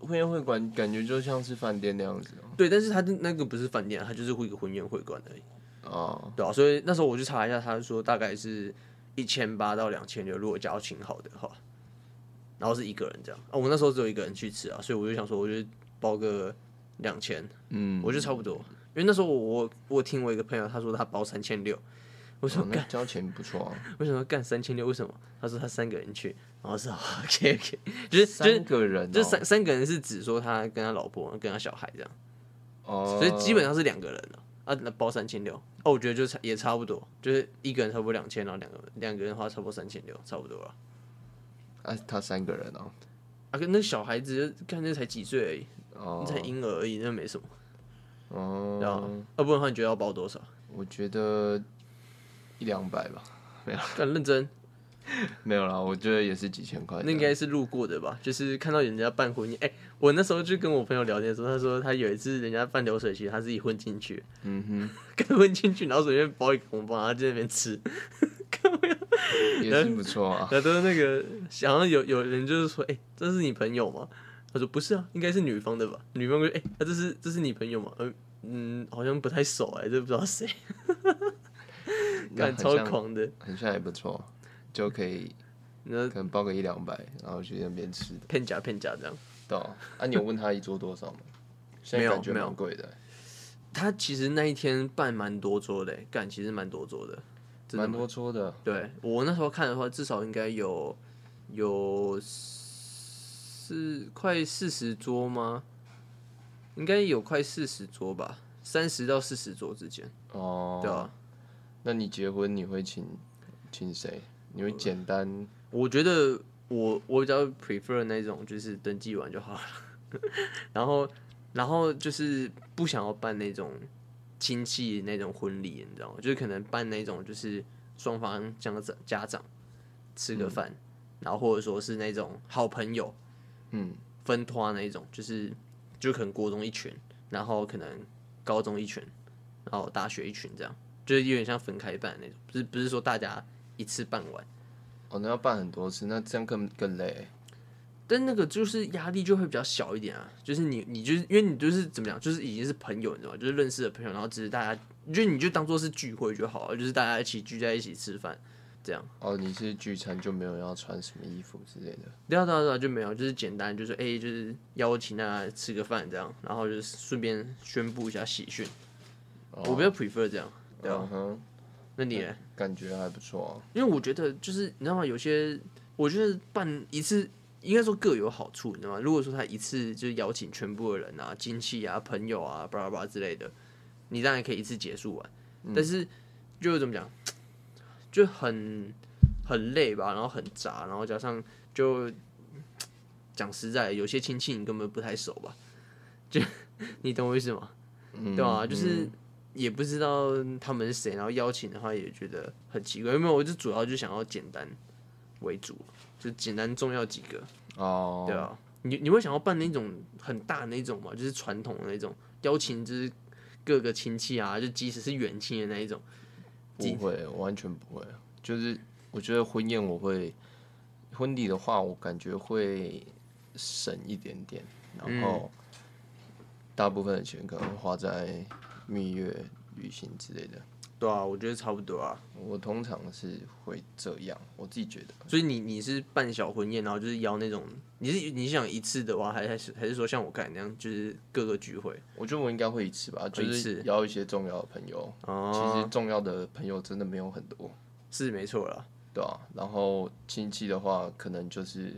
[SPEAKER 1] 婚宴会馆感觉就像是饭店那样子
[SPEAKER 2] 对，但是他的那个不是饭店啊，他就是一个婚宴会馆而已，
[SPEAKER 1] 哦。
[SPEAKER 2] 对啊，所以那时候我去查一下，他说大概是一千八到两千六，如果交情好的话，然后是一个人这样。啊，我那时候只有一个人去吃啊，所以我就想说，我就包个两千，
[SPEAKER 1] 嗯，
[SPEAKER 2] 我觉
[SPEAKER 1] 就
[SPEAKER 2] 得差不多。因为那时候我我我听我一个朋友他说他包三千六，我说
[SPEAKER 1] 哦那交钱不错啊，
[SPEAKER 2] 为什么要干三千六？为什么？他说他三个人去，然后是 [LAUGHS] OK OK，就是就是
[SPEAKER 1] 三个人哦，
[SPEAKER 2] 就是三三个人是指说他跟他老婆跟他小孩这样。
[SPEAKER 1] 哦，
[SPEAKER 2] 所以基本上是两个人了啊，那包三千六哦，我觉得就差也差不多，就是一个人差不多两千，然后两个两个人的话差不多三千六，差不多了。
[SPEAKER 1] 啊，他三个人哦，
[SPEAKER 2] 啊，跟那小孩子看那才几岁而已，那才
[SPEAKER 1] 哦
[SPEAKER 2] 婴儿而已，那没什么。对啊
[SPEAKER 1] 哦，，
[SPEAKER 2] 要不然的话你觉得要包多少？
[SPEAKER 1] 我觉得一两百吧，
[SPEAKER 2] 很认真，
[SPEAKER 1] 没有啦，我觉得也是几千块的，
[SPEAKER 2] 那应该是路过的吧？就是看到人家办婚宴，哎、我那时候就跟我朋友聊天的时候，他说他有一次人家办流水席，他自己混进去，
[SPEAKER 1] 嗯
[SPEAKER 2] [LAUGHS] 跟混进去，然后随便包一个红包，然后在那边吃。
[SPEAKER 1] 哼，也是不错 [LAUGHS] 啊，
[SPEAKER 2] 然后都是那个，好像有有人就是说，哎、这是你朋友吗？他说不是啊，应该是女方的吧。女方就哎，那、这是这是你朋友吗？嗯嗯，好像不太熟哎、这不知道谁，
[SPEAKER 1] 那
[SPEAKER 2] 干
[SPEAKER 1] 很
[SPEAKER 2] 超
[SPEAKER 1] 像
[SPEAKER 2] 狂的。
[SPEAKER 1] 很像也不错，就可以
[SPEAKER 2] 那
[SPEAKER 1] 可能包个一两百，然后去那边吃的，
[SPEAKER 2] 骗假骗假这样。
[SPEAKER 1] 对啊，啊你有问他一桌多少 [LAUGHS] 吗？现
[SPEAKER 2] 没
[SPEAKER 1] 在
[SPEAKER 2] 有
[SPEAKER 1] 感觉
[SPEAKER 2] 没有
[SPEAKER 1] 蛮贵的欸，
[SPEAKER 2] 他其实那一天办蛮多桌的、欸干其实蛮多桌的，真的
[SPEAKER 1] 蛮多桌的，
[SPEAKER 2] 对我那时候看的话，至少应该有有四快四十桌吗？应该有快四十桌吧，三十到四十桌之间，
[SPEAKER 1] 哦，
[SPEAKER 2] 对啊。
[SPEAKER 1] 那你结婚你会请请谁？你会简单
[SPEAKER 2] 我觉得我我比较 prefer 那种就是登记完就好了， [LAUGHS] 然后然后就是不想要办那种亲戚那种婚礼，你知道吗？就是可能办那种就是双方家长家长吃个饭，然后或者说是那种好朋友
[SPEAKER 1] 嗯，
[SPEAKER 2] 分拖那一种，就是就可能国中一群，然后可能高中一群，然后大学一群这样，就是有点像分开办那种，不是不是说大家一次办完。
[SPEAKER 1] 哦，那要办很多次，那这样更更累。
[SPEAKER 2] 但那个就是压力就会比较小一点啊，就是你你就是因为你就是怎么讲，就是已经是朋友，你知道吗？就是认识的朋友，然后只是大家，就你就当做是聚会就好了，就是大家一起聚在一起吃饭这样。
[SPEAKER 1] 哦，你是聚餐就没有要穿什么衣服之类的。
[SPEAKER 2] 对啊对啊对啊，就没有，就是简单，就是哎、就是邀请大家吃个饭这样，然后就是顺便宣布一下喜讯。
[SPEAKER 1] 哦
[SPEAKER 2] 我比较 prefer 这样，对啊。
[SPEAKER 1] 嗯哼，
[SPEAKER 2] 那你嘞？
[SPEAKER 1] 感觉还不错、啊。
[SPEAKER 2] 因为我觉得就是你知道吗？有些我觉得办一次应该说各有好处，你知道吗？如果说他一次就是邀请全部的人啊、亲戚啊、朋友啊、巴拉巴拉之类的，你当然可以一次结束完，但是就是怎么讲，就很很累吧，然后很杂，然后加上就讲实在，有些亲戚你根本不太熟吧，就 [LAUGHS] 你懂我意思吗？
[SPEAKER 1] 嗯，
[SPEAKER 2] 对啊，就
[SPEAKER 1] 嗯
[SPEAKER 2] 是也不知道他们是谁，然后邀请的话也觉得很奇怪，因为我就主要就想要简单为主，就简单重要几个，
[SPEAKER 1] 哦，
[SPEAKER 2] 对啊，你你会想要办那种很大的那种嘛，就是传统的那种邀请，就是各个亲戚啊，就即使是远亲的那一种，
[SPEAKER 1] 不会，我完全不会。就是我觉得婚宴我会，婚礼的话，我感觉会省一点点，然后
[SPEAKER 2] 嗯
[SPEAKER 1] 大部分的钱可能会花在蜜月旅行之类的。
[SPEAKER 2] 对啊，我觉得差不多啊。
[SPEAKER 1] 我通常是会这样，我自己觉得。
[SPEAKER 2] 所以你你是办小婚宴，然后就是邀那种，你是你想一次的话，还还是还是说像我刚才那样，就是各个聚会
[SPEAKER 1] 我觉得我应该会一次吧，就
[SPEAKER 2] 一
[SPEAKER 1] 是
[SPEAKER 2] 次
[SPEAKER 1] 邀一些重要的朋友。
[SPEAKER 2] 哦，
[SPEAKER 1] 其实重要的朋友真的没有很多，
[SPEAKER 2] 是没错啦。
[SPEAKER 1] 对啊。然后亲戚的话，可能就是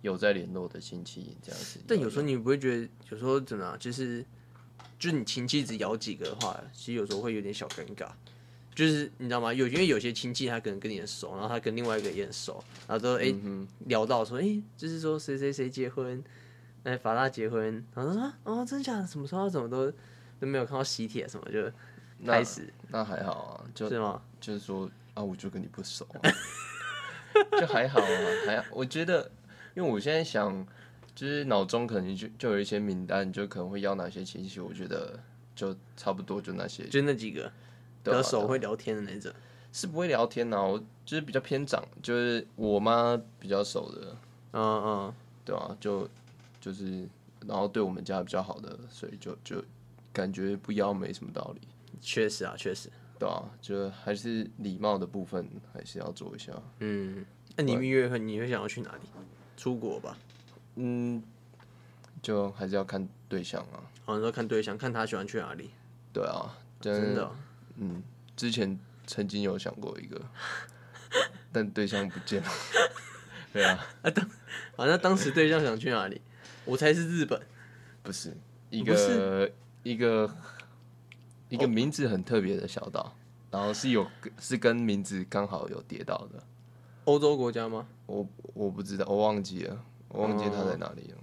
[SPEAKER 1] 有在联络的亲戚这样子。
[SPEAKER 2] 但有时候你不会觉得，有时候怎么样，就是就是你亲戚只咬几个的话，其实有时候会有点小尴尬。就是你知道吗？有因为有些亲戚他可能跟你很熟，然后他跟另外一个也很熟，然后都哎、聊到说哎、就是说谁谁谁结婚，哎、法拉结婚，然后他说啊哦真假的什么时候怎么都都没有看到喜帖什么就
[SPEAKER 1] 那
[SPEAKER 2] 开始
[SPEAKER 1] 那还好啊，就是
[SPEAKER 2] 吗？
[SPEAKER 1] 就是说啊，我就跟你不熟、 [LAUGHS] 啊，就还好啊，还好我觉得，因为我现在想，就是脑中可能就就有一些名单，就可能会要哪些亲戚，我觉得就差不多就那些，
[SPEAKER 2] 就那几个比
[SPEAKER 1] 对啊
[SPEAKER 2] 较熟会聊天的那种。
[SPEAKER 1] 是不会聊天啊，我就是比较偏长，就是我妈比较熟的，
[SPEAKER 2] 嗯嗯，
[SPEAKER 1] 对啊，就就是然后对我们家比较好的，所以就就感觉不邀没什么道理，
[SPEAKER 2] 确实啊，确实。
[SPEAKER 1] 对啊，就还是礼貌的部分还是要做一下。
[SPEAKER 2] 嗯，那你蜜月会你会想要去哪里？出国吧。
[SPEAKER 1] 嗯，就还是要看对象啊。
[SPEAKER 2] 好像说看对象，看他喜欢去哪里。
[SPEAKER 1] 对啊，
[SPEAKER 2] 真的哦、
[SPEAKER 1] 嗯，之前曾经有想过一个，但对象不见了。对啊，
[SPEAKER 2] 好像当时对象想去哪里，我猜是日本。
[SPEAKER 1] 不是一
[SPEAKER 2] 不是
[SPEAKER 1] 个一个一个名字很特别的小岛，然后是有是跟名字刚好有叠到的。
[SPEAKER 2] 欧洲国家吗？
[SPEAKER 1] 我我不知道，我忘记了，我忘记他在哪
[SPEAKER 2] 哦
[SPEAKER 1] 里了。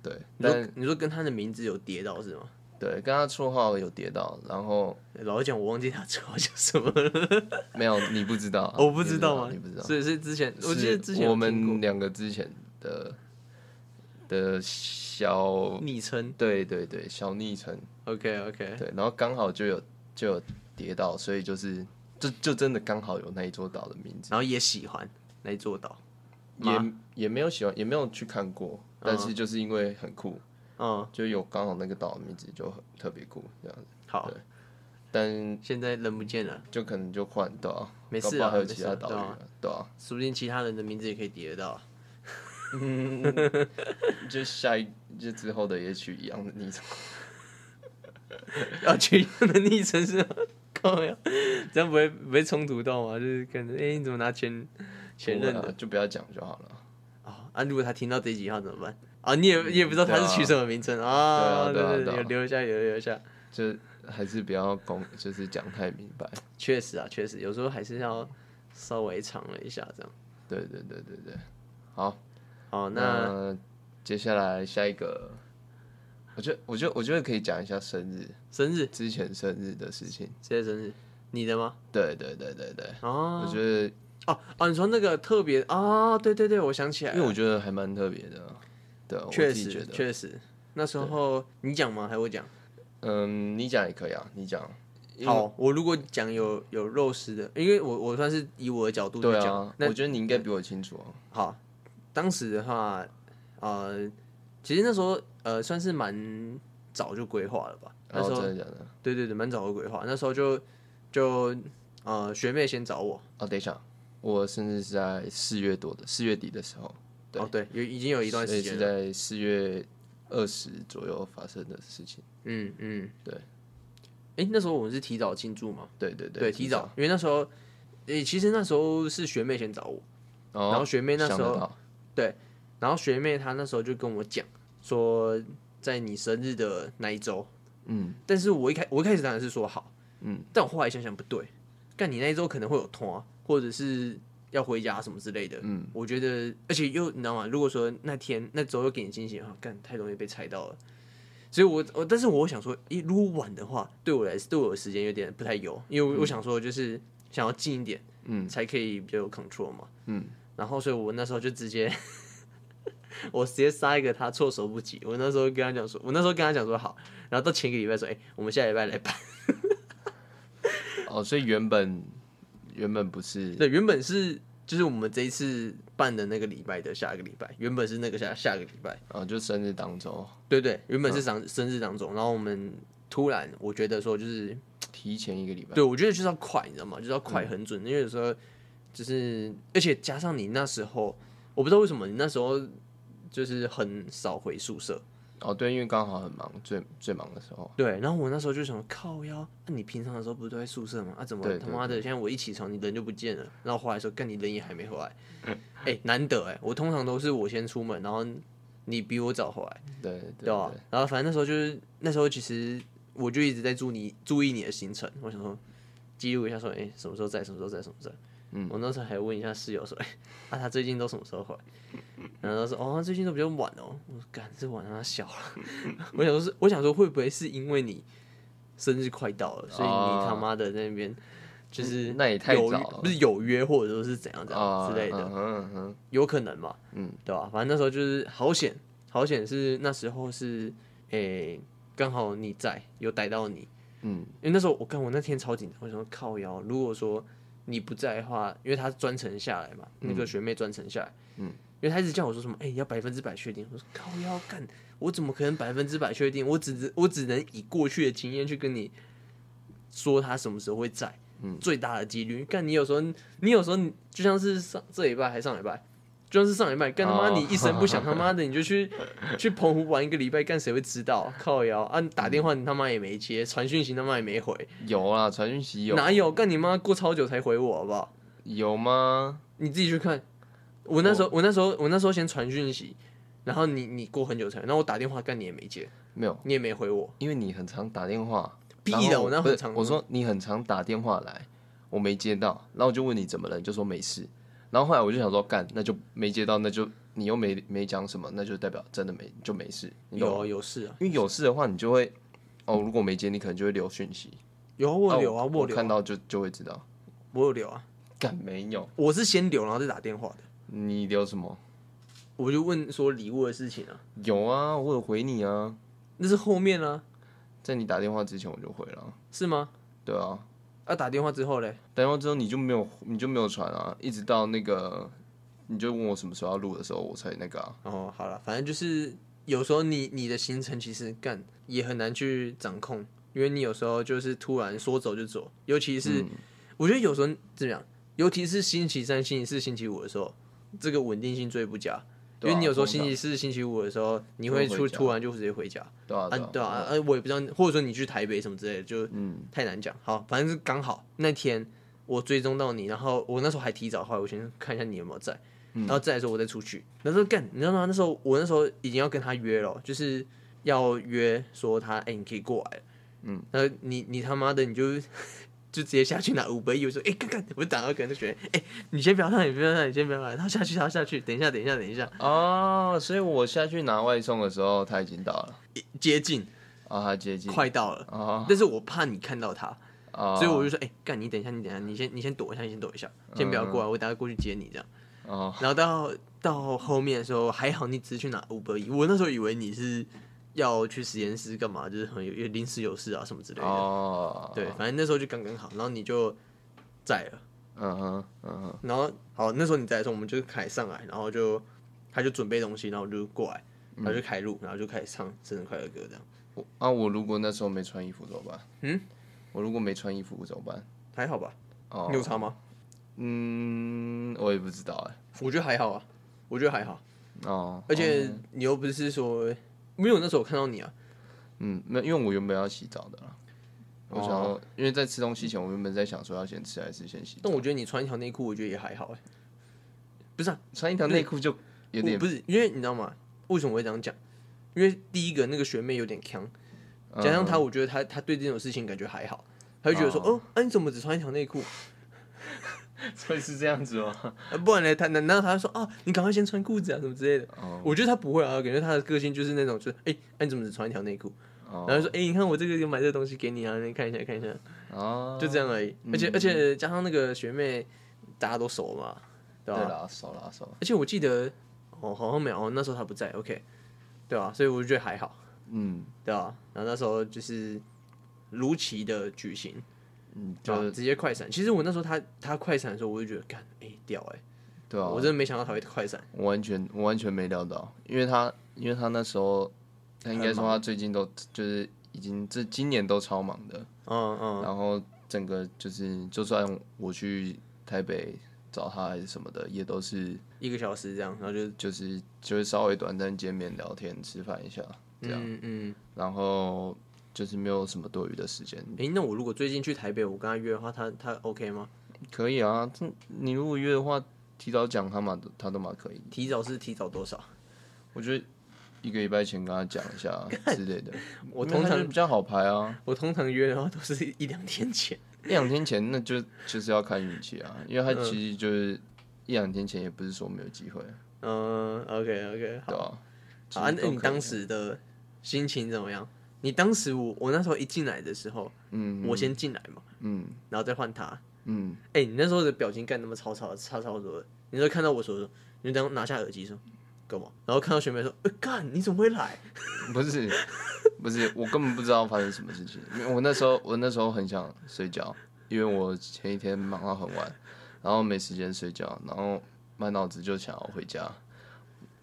[SPEAKER 1] 对，
[SPEAKER 2] 你
[SPEAKER 1] 但
[SPEAKER 2] 说你说跟他的名字有叠到是吗？
[SPEAKER 1] 对跟他绰号有叠到，然后
[SPEAKER 2] 老实讲，我忘记他绰号叫
[SPEAKER 1] [LAUGHS]
[SPEAKER 2] 什么了，
[SPEAKER 1] 没有你不知道啊，
[SPEAKER 2] [LAUGHS] 我不
[SPEAKER 1] 你
[SPEAKER 2] 知道啊，
[SPEAKER 1] 你不知道。
[SPEAKER 2] 所以是之前，我记得
[SPEAKER 1] 是
[SPEAKER 2] 之前有
[SPEAKER 1] 我
[SPEAKER 2] 听过
[SPEAKER 1] 们两个之前的的小，
[SPEAKER 2] 昵称。
[SPEAKER 1] 对对对，小昵称，
[SPEAKER 2] OK OK，
[SPEAKER 1] 对，然后刚好就有就有跌到，所以就是就就真的刚好有那一座岛的名字，
[SPEAKER 2] 然后也喜欢那座岛。
[SPEAKER 1] 也也没有喜欢，也没有去看过，但是就是因为很酷，
[SPEAKER 2] 嗯，
[SPEAKER 1] 就有刚好那个岛的名字就很特别酷这样子，
[SPEAKER 2] 好，
[SPEAKER 1] 但
[SPEAKER 2] 现在人不见了，
[SPEAKER 1] 就可能就换到，啊，
[SPEAKER 2] 没
[SPEAKER 1] 搞
[SPEAKER 2] 事啊
[SPEAKER 1] 不好还有
[SPEAKER 2] 没事
[SPEAKER 1] 其他岛屿
[SPEAKER 2] 对啊
[SPEAKER 1] 啊，对啊，
[SPEAKER 2] 说不定其他人的名字也可以叠得到。
[SPEAKER 1] 就下一就之后的也取一样的昵称，
[SPEAKER 2] [LAUGHS] 要取一样的昵称是吗？靠呀，这样不会不会冲突到吗？就是可能哎、诶你怎么拿前前任
[SPEAKER 1] 不会
[SPEAKER 2] 的
[SPEAKER 1] 啊就不要讲就好了。
[SPEAKER 2] 啊、啊！如果他听到这一集他怎么办啊？你也你也不知道他是取什么名称
[SPEAKER 1] 嗯啊
[SPEAKER 2] 啊？
[SPEAKER 1] 对啊
[SPEAKER 2] 对
[SPEAKER 1] 对啊
[SPEAKER 2] 有留一下，有留一下。
[SPEAKER 1] 就还是不要公，就是讲太明白。
[SPEAKER 2] 确实啊，确实有时候还是要稍微藏了一下这样。
[SPEAKER 1] 对对对对对，好，
[SPEAKER 2] 好，那
[SPEAKER 1] 那接下来下一个，我觉得我觉得我觉得可以讲一下生日
[SPEAKER 2] 生日，
[SPEAKER 1] 之前生日的事情。
[SPEAKER 2] 谁的生日？你的吗？
[SPEAKER 1] 对对对对对，
[SPEAKER 2] 哦
[SPEAKER 1] 我觉得
[SPEAKER 2] 哦哦，你说那个特别哦，对对对，我想起来
[SPEAKER 1] 因为
[SPEAKER 2] 了，
[SPEAKER 1] 我觉得还蛮特别的。啊对，我
[SPEAKER 2] 确
[SPEAKER 1] 自己觉
[SPEAKER 2] 实
[SPEAKER 1] 得，
[SPEAKER 2] 确实，那时候你讲吗？还是我讲？
[SPEAKER 1] 嗯，你讲也可以啊，你讲。因为
[SPEAKER 2] 好，我如果讲有有肉食的，因为我我算是以我的角度去
[SPEAKER 1] 对
[SPEAKER 2] 讲，
[SPEAKER 1] 啊，
[SPEAKER 2] 那
[SPEAKER 1] 我觉得你应该比我清楚啊。
[SPEAKER 2] 好，当时的话，呃，其实那时候呃算是蛮早就规划了吧。那
[SPEAKER 1] 然
[SPEAKER 2] 时
[SPEAKER 1] 后
[SPEAKER 2] 候，
[SPEAKER 1] 真的假的？
[SPEAKER 2] 对对对，蛮早就规划。那时候就就呃学妹先找我，
[SPEAKER 1] 哦，等一下，我甚至是在四月多的四月底的时候，对
[SPEAKER 2] 哦对，有已经有一段
[SPEAKER 1] 所以
[SPEAKER 2] 时
[SPEAKER 1] 是
[SPEAKER 2] 间了，
[SPEAKER 1] 在四月二十左右发生的事情。
[SPEAKER 2] 嗯嗯，
[SPEAKER 1] 对。
[SPEAKER 2] 哎，那时候我们是提早庆祝嘛？
[SPEAKER 1] 对对对
[SPEAKER 2] 哦对，提早，因为那时候，诶，其实那时候是学妹先找我，
[SPEAKER 1] 哦
[SPEAKER 2] 然后学妹那
[SPEAKER 1] 想
[SPEAKER 2] 时
[SPEAKER 1] 得
[SPEAKER 2] 候
[SPEAKER 1] 到
[SPEAKER 2] 然后学妹她那时候就跟我讲说，在你生日的那一周，
[SPEAKER 1] 嗯，
[SPEAKER 2] 但是我一开我一开始当然是说好，
[SPEAKER 1] 嗯，
[SPEAKER 2] 但我后来想想不对，干你那一周可能会有拖，或者是要回家什么之类的，
[SPEAKER 1] 嗯，
[SPEAKER 2] 我觉得，而且又你知道吗？如果说那天那周又给你惊喜的话，干太容易被猜到了。所以我我但是我想说，一如果晚的话，对我来对我的时间有点不太有，因为我我想说就是想要近一点，
[SPEAKER 1] 嗯，
[SPEAKER 2] 才可以比较有 control 嘛，
[SPEAKER 1] 嗯，
[SPEAKER 2] 然后所以我那时候就直接。 [LAUGHS] 我直接杀一个他措手不及。我那时候跟他讲说，我那时候跟他讲说好，然后到前一个礼拜说，哎、我们下礼拜来办。
[SPEAKER 1] [LAUGHS] 哦，所以原本原本不是，
[SPEAKER 2] 对，原本是就是我们这一次办的那个礼拜的下一个礼拜，原本是那个下下个礼拜。
[SPEAKER 1] 哦，嗯就生日当周
[SPEAKER 2] 对对，原本是生生日当中，然后我们突然我觉得说就是，
[SPEAKER 1] 提前一个礼拜，嗯
[SPEAKER 2] 对我觉得就是要快，你知道吗？就是要快很准，因为有时候就是，而且加上你那时候，我不知道为什么你那时候就是很少回宿舍，
[SPEAKER 1] 哦，对，因为刚好很忙，最最忙的时候，
[SPEAKER 2] 对，然后我那时候就想靠腰，那、你平常的时候不是都在宿舍吗？啊，怎么
[SPEAKER 1] 对
[SPEAKER 2] 他
[SPEAKER 1] 对
[SPEAKER 2] 妈的现在我一起床你人就不见了？然后后来说，干你人也还没回
[SPEAKER 1] [LAUGHS]
[SPEAKER 2] 来，哎、难得哎、我通常都是我先出门，然后你比我早回来。
[SPEAKER 1] 对
[SPEAKER 2] 对啊吧、然后反正那时候就是那时候，其实我就一直在注你注意你的行程，我想说记录一下说，哎、什么时候在，什么时候在，什么时候在。嗯，我那时候还问一下室友说，哎、啊，他最近都什么时候回来？然后他说，哦，他最近都比较晚哦。我说，干，这晚上他小了。 [LAUGHS] 我想说是，我想说会不会是因为你生日快到了，所以你他妈的在那边。就是
[SPEAKER 1] 啊嗯那也太
[SPEAKER 2] 有
[SPEAKER 1] 早了
[SPEAKER 2] 不是有约或者说是怎样怎样
[SPEAKER 1] 啊
[SPEAKER 2] 之类的，
[SPEAKER 1] 嗯哼嗯哼，
[SPEAKER 2] 有可能嘛，
[SPEAKER 1] 嗯
[SPEAKER 2] 嗯，对吧、反正那时候就是好险，好险是那时候是诶，刚、好你在，有逮到你，
[SPEAKER 1] 嗯，
[SPEAKER 2] 因为那时候我看我那天超紧张，我想说靠腰，如果说你不在的话，因为他专程下来嘛，那个学妹专程下来，
[SPEAKER 1] 嗯
[SPEAKER 2] 嗯，因为他一直叫我说什么，哎、你要百分之百确定，我说靠腰干，我怎么可能百分之百确定？我只我只能以过去的经验去跟你说他什么时候会在，嗯，最大的几率。干你有时候你有时候你就像是上这礼拜还上礼拜。就像是上礼拜，干他妈
[SPEAKER 1] 哦
[SPEAKER 2] 你一声不响，他妈的你就去去澎湖玩一个礼拜，干谁会知道？靠腰啊！你打电话你他妈也没接，传讯息他妈也没回，
[SPEAKER 1] 有啊，传讯息有
[SPEAKER 2] 哪有？干你妈！过超久才回我，好不好？
[SPEAKER 1] 有吗？
[SPEAKER 2] 你自己去看。我那时
[SPEAKER 1] 哦
[SPEAKER 2] 候，我那时候，我那时候先传讯息，然后你你过很久才，然后我打电话干你也没接，
[SPEAKER 1] 没有，
[SPEAKER 2] 你也没回我。
[SPEAKER 1] 因为你很常打电话，
[SPEAKER 2] 屁
[SPEAKER 1] 然后
[SPEAKER 2] 的我那
[SPEAKER 1] 不是
[SPEAKER 2] 很常
[SPEAKER 1] 我说你很常打电话来，我没接到，然后我就问你怎么了，你就说没事，然后后来我就想说干，那就没接到，那就你又没没讲什么，那就代表真的没就没事，你懂吗
[SPEAKER 2] 有啊有事啊，
[SPEAKER 1] 因为有事的话，你就会哦，如果没接，你可能就会留讯息。哦
[SPEAKER 2] 有啊我有留啊，
[SPEAKER 1] 我
[SPEAKER 2] 我有留
[SPEAKER 1] 看
[SPEAKER 2] 啊，
[SPEAKER 1] 到就就会知道。
[SPEAKER 2] 我有留啊。
[SPEAKER 1] 干没有，
[SPEAKER 2] 我是先留，然后再打电话的。
[SPEAKER 1] 你留什么？
[SPEAKER 2] 我就问说礼物的事情啊，
[SPEAKER 1] 有啊，我有回你啊，
[SPEAKER 2] 那是后面啊，
[SPEAKER 1] 在你打电话之前我就回了。啊
[SPEAKER 2] 是吗？
[SPEAKER 1] 对啊，
[SPEAKER 2] 啊，打电话之后嘞，
[SPEAKER 1] 打电话之后你就没有你就没有传啊，一直到那个你就问我什么时候要录的时候，我才那个啊。
[SPEAKER 2] 哦，好了，反正就是有时候你你的行程其实干也很难去掌控，因为你有时候就是突然说走就走，尤其是、
[SPEAKER 1] 嗯
[SPEAKER 2] 我觉得有时候怎么样，尤其是星期三、星期四、星期五的时候，这个稳定性最不佳。
[SPEAKER 1] 对啊
[SPEAKER 2] 因为你有时候
[SPEAKER 1] 通常
[SPEAKER 2] 星期四、星期五的时候，你
[SPEAKER 1] 就会
[SPEAKER 2] 会出
[SPEAKER 1] 回家
[SPEAKER 2] 突然就直接回家
[SPEAKER 1] 对啊，
[SPEAKER 2] 啊，
[SPEAKER 1] 对
[SPEAKER 2] 对
[SPEAKER 1] 啊，
[SPEAKER 2] 啊，啊，我也不知道，或者说你去台北什么之类的，就
[SPEAKER 1] 嗯，
[SPEAKER 2] 太难讲。好，反正是刚好那天我追踪到你，然后我那时候还提早，后来我先看一下你有没有在，
[SPEAKER 1] 嗯
[SPEAKER 2] 然后再来说我再出去。那时候干，你知道吗？那时候我那时候已经要跟他约了，就是要约说他，哎、你可以过来。嗯，然后你你他妈的你就 [LAUGHS] 就直接下去拿五杯一，我说哎，看、看，我打到可能就觉得哎、你先不要看，你不要看，你先不要看，他下去，他下去，等一下，等一下，等一下，
[SPEAKER 1] 哦，所以我下去拿外送的时候，他已经到了，
[SPEAKER 2] 接近，
[SPEAKER 1] 啊，他接近，
[SPEAKER 2] 快到了，
[SPEAKER 1] 啊
[SPEAKER 2] 但是我怕你看到他，
[SPEAKER 1] 啊，
[SPEAKER 2] 所以我就说哎，干、你等一下，你等一下，你先你先躲一下，你先躲一下，先不要
[SPEAKER 1] 嗯
[SPEAKER 2] 过来，我等下过去接你这样。
[SPEAKER 1] 哦，
[SPEAKER 2] 然后到到后面的时候，还好你只是去拿五百亿，我那时候以为你是要去实验室干嘛，就是很有有临时有事啊什么之类的。
[SPEAKER 1] 哦，
[SPEAKER 2] 对，，反正那时候就刚刚好，然后你就在了，
[SPEAKER 1] 嗯哼，嗯哼，
[SPEAKER 2] 然后好那时候你在的时候，我们就开始上来，然后就他就准备东西，然后我就过来，然后就开录，然后就开始唱生日快乐歌这样。
[SPEAKER 1] 我啊，我如果那时候没穿衣服怎么办？
[SPEAKER 2] 嗯，
[SPEAKER 1] 我如果没穿衣服怎么办？
[SPEAKER 2] 还好吧？
[SPEAKER 1] 哦
[SPEAKER 2] 你有差吗？
[SPEAKER 1] 嗯，我也不知道哎、
[SPEAKER 2] 我觉得还好啊，我觉得还好，
[SPEAKER 1] 哦，
[SPEAKER 2] 而且
[SPEAKER 1] 哦
[SPEAKER 2] 你又不是说没有那时候我看到你啊，
[SPEAKER 1] 嗯，那因为我原本要洗澡的啦，我想要，
[SPEAKER 2] 哦
[SPEAKER 1] 因为在吃东西前，我原本在想说要先吃还是先洗澡，
[SPEAKER 2] 但我觉得你穿一条内裤，我觉得也还好哎、不是啊，
[SPEAKER 1] 穿一条内裤就有
[SPEAKER 2] 我
[SPEAKER 1] 点
[SPEAKER 2] 不是，因为你知道吗？为什么我会这样讲？因为第一个那个学妹有点强，
[SPEAKER 1] 嗯
[SPEAKER 2] 加上她，我觉得她她对这种事情感觉还好，她就觉得
[SPEAKER 1] 嗯
[SPEAKER 2] 说，哦，啊你怎么只穿一条内裤？
[SPEAKER 1] [LAUGHS] 所以嗯是这样子吗？
[SPEAKER 2] 啊不然呢？她难难道她说，哦，你赶快先穿裤子啊什么之类的？
[SPEAKER 1] 哦
[SPEAKER 2] 我觉得她不会啊，感觉她的个性就是那种，就是哎、啊你怎么只穿一条内裤？
[SPEAKER 1] 哦
[SPEAKER 2] 然后就说，哎、你看我这个有买这个东西给你啊，你看一下看一下，
[SPEAKER 1] 哦，嗯
[SPEAKER 2] 就这样而已。而且而且加上那个学妹，大家都熟嘛，对啊
[SPEAKER 1] 对
[SPEAKER 2] 吧、
[SPEAKER 1] 啦，手啦手，
[SPEAKER 2] 而且我记得，哦，好像没有，哦那时候他不在，OK，对吧、所以我就觉得还好，
[SPEAKER 1] 嗯
[SPEAKER 2] 对吧、然后那时候就是如期的举行，
[SPEAKER 1] 嗯，
[SPEAKER 2] 对吧、啊
[SPEAKER 1] 就是
[SPEAKER 2] 直接快闪。其实我那时候他他快闪的时候，我就觉得干，哎、屌哎、
[SPEAKER 1] 对啊，
[SPEAKER 2] 我真的没想到他会快闪，
[SPEAKER 1] 我完全我完全没料到，因为他因为他那时候，他应该说他最近都就是已经这今年都超忙的，
[SPEAKER 2] 嗯嗯，
[SPEAKER 1] 然后整个就是就算我去台北找他还是什么的，也都是
[SPEAKER 2] 一个小时这样，然后就
[SPEAKER 1] 就是就是稍微短暂见面聊天吃饭一下这样，
[SPEAKER 2] 嗯嗯，
[SPEAKER 1] 然后就是没有什么多余的时间，
[SPEAKER 2] 哎、那我如果最近去台北，我跟他约的话，他他 OK 吗？
[SPEAKER 1] 可以啊，这你如果约的话，提早讲他嘛他都嘛可以，
[SPEAKER 2] 提早是提早多少？
[SPEAKER 1] 我觉得。一个礼拜前跟他讲一
[SPEAKER 2] [LAUGHS]
[SPEAKER 1] 下之类的，
[SPEAKER 2] 我
[SPEAKER 1] 因为
[SPEAKER 2] 通
[SPEAKER 1] 他就
[SPEAKER 2] 常
[SPEAKER 1] 比较好排啊。
[SPEAKER 2] 我通常约的话都是一两天前，
[SPEAKER 1] 一两天前那就就是要看运气啊，因为他其实就是一两天前也不是说没有机会，
[SPEAKER 2] 嗯，OK OK，
[SPEAKER 1] 对吧、
[SPEAKER 2] 好啊，
[SPEAKER 1] 其实
[SPEAKER 2] 那
[SPEAKER 1] 都可
[SPEAKER 2] 你
[SPEAKER 1] 以
[SPEAKER 2] 当时的心情怎么样？你当时我我那时候一进来的时候，
[SPEAKER 1] 嗯
[SPEAKER 2] 我先进来嘛，
[SPEAKER 1] 嗯
[SPEAKER 2] 然后再换他。
[SPEAKER 1] 嗯
[SPEAKER 2] 哎、你那时候的表情干那么吵吵差超多的，你就看到我说说，你就这样拿下耳机说干嘛？然后看到学妹说，呃干、你怎么会来？
[SPEAKER 1] 不是不是，我根本不知道发生什么事情，因为我那时候我那时候很想睡觉，因为我前一天忙到很晚，然后没时间睡觉，然后满脑子就想要回家，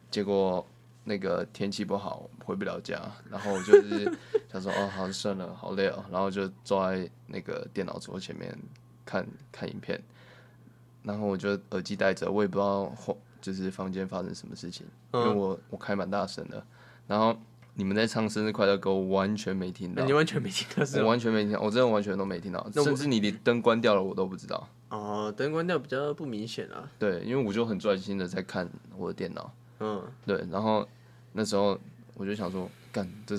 [SPEAKER 1] 结果。那个天气不好，回不了家，然后我就是 [LAUGHS] 想说，哦，好算了，好累哦，然后就坐在那个电脑桌前面看看影片，然后我就耳机戴着，我也不知道后就是房间发生什么事情，因为我我开蛮大声的，然后你们在唱生日快乐歌，我完全没听到
[SPEAKER 2] 你，完全没听到 [LAUGHS] 是
[SPEAKER 1] 我
[SPEAKER 2] 吗？
[SPEAKER 1] 完全没听到，我真的完全都没听到，
[SPEAKER 2] 那我
[SPEAKER 1] 甚至你连灯关掉了我都不知道。
[SPEAKER 2] 哦，灯关掉比较不明显啊。
[SPEAKER 1] 对，因为我就很专心的在看我的电脑，
[SPEAKER 2] 嗯，
[SPEAKER 1] 对，然后那时候我就想说，干这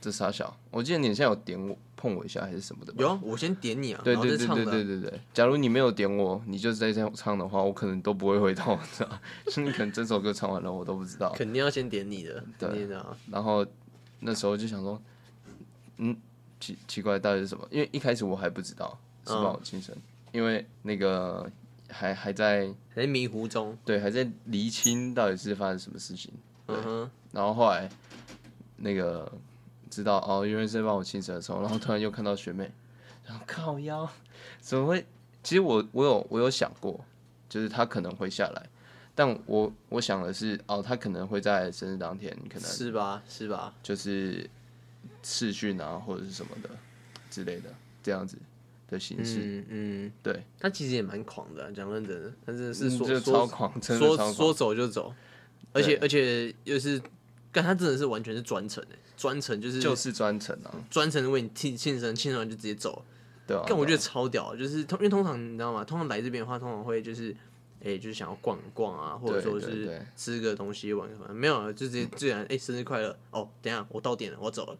[SPEAKER 1] 这傻小，我记得你现在有点我碰我一下还是什么的吧？
[SPEAKER 2] 有啊，我先点你啊，
[SPEAKER 1] 对
[SPEAKER 2] 然后
[SPEAKER 1] 对
[SPEAKER 2] 再
[SPEAKER 1] 对
[SPEAKER 2] 唱
[SPEAKER 1] 对
[SPEAKER 2] 的啊、
[SPEAKER 1] 对对对，假如你没有点我，你就是在这样唱的话，我可能都不会回 [LAUGHS] 到，知道吗？就是你可能整首歌唱完了，我都不知道。
[SPEAKER 2] 肯定要先点你的，
[SPEAKER 1] 对
[SPEAKER 2] 你的啊，
[SPEAKER 1] 然后那时候就想说，嗯，奇奇怪到底是什么？因为一开始我还不知道是不我精神，因为那个还还在
[SPEAKER 2] 还在哎迷糊中。
[SPEAKER 1] 对还在厘清到底是发生什么事情。
[SPEAKER 2] 嗯哼，
[SPEAKER 1] 然后后来那个知道哦，原来是帮我庆生的时候，然后突然又看到学妹，然后靠腰，怎么会？其实我我有我有想过，就是她可能会下来，但我我想的是哦，她可能会在生日当天可能
[SPEAKER 2] 是吧？是吧？
[SPEAKER 1] 就是视讯啊或者是什么的之类的这样子的形式，
[SPEAKER 2] 嗯嗯，
[SPEAKER 1] 对，
[SPEAKER 2] 他其实也蛮狂的啊，讲认真的，他真的是
[SPEAKER 1] 嗯
[SPEAKER 2] 说
[SPEAKER 1] 就
[SPEAKER 2] 说
[SPEAKER 1] 超狂，真的
[SPEAKER 2] 说
[SPEAKER 1] 超
[SPEAKER 2] 说
[SPEAKER 1] 狂，
[SPEAKER 2] 走就走，而且而且又是，但他真的是完全是专程的，专程就是
[SPEAKER 1] 就是专程啊，
[SPEAKER 2] 专程为你庆庆生，庆生完就直接走。
[SPEAKER 1] 对啊，
[SPEAKER 2] 但我觉
[SPEAKER 1] 对啊
[SPEAKER 2] 得超屌，就是通因为通常你知道吗？通常来这边的话，通常会就是，哎、就是想要逛逛啊，或者
[SPEAKER 1] 对
[SPEAKER 2] 说
[SPEAKER 1] 对
[SPEAKER 2] 是
[SPEAKER 1] 对
[SPEAKER 2] 吃个东西玩个什么，没有啊，就直接自然哎、诶生日快乐哦，等一下我到点了，我走了，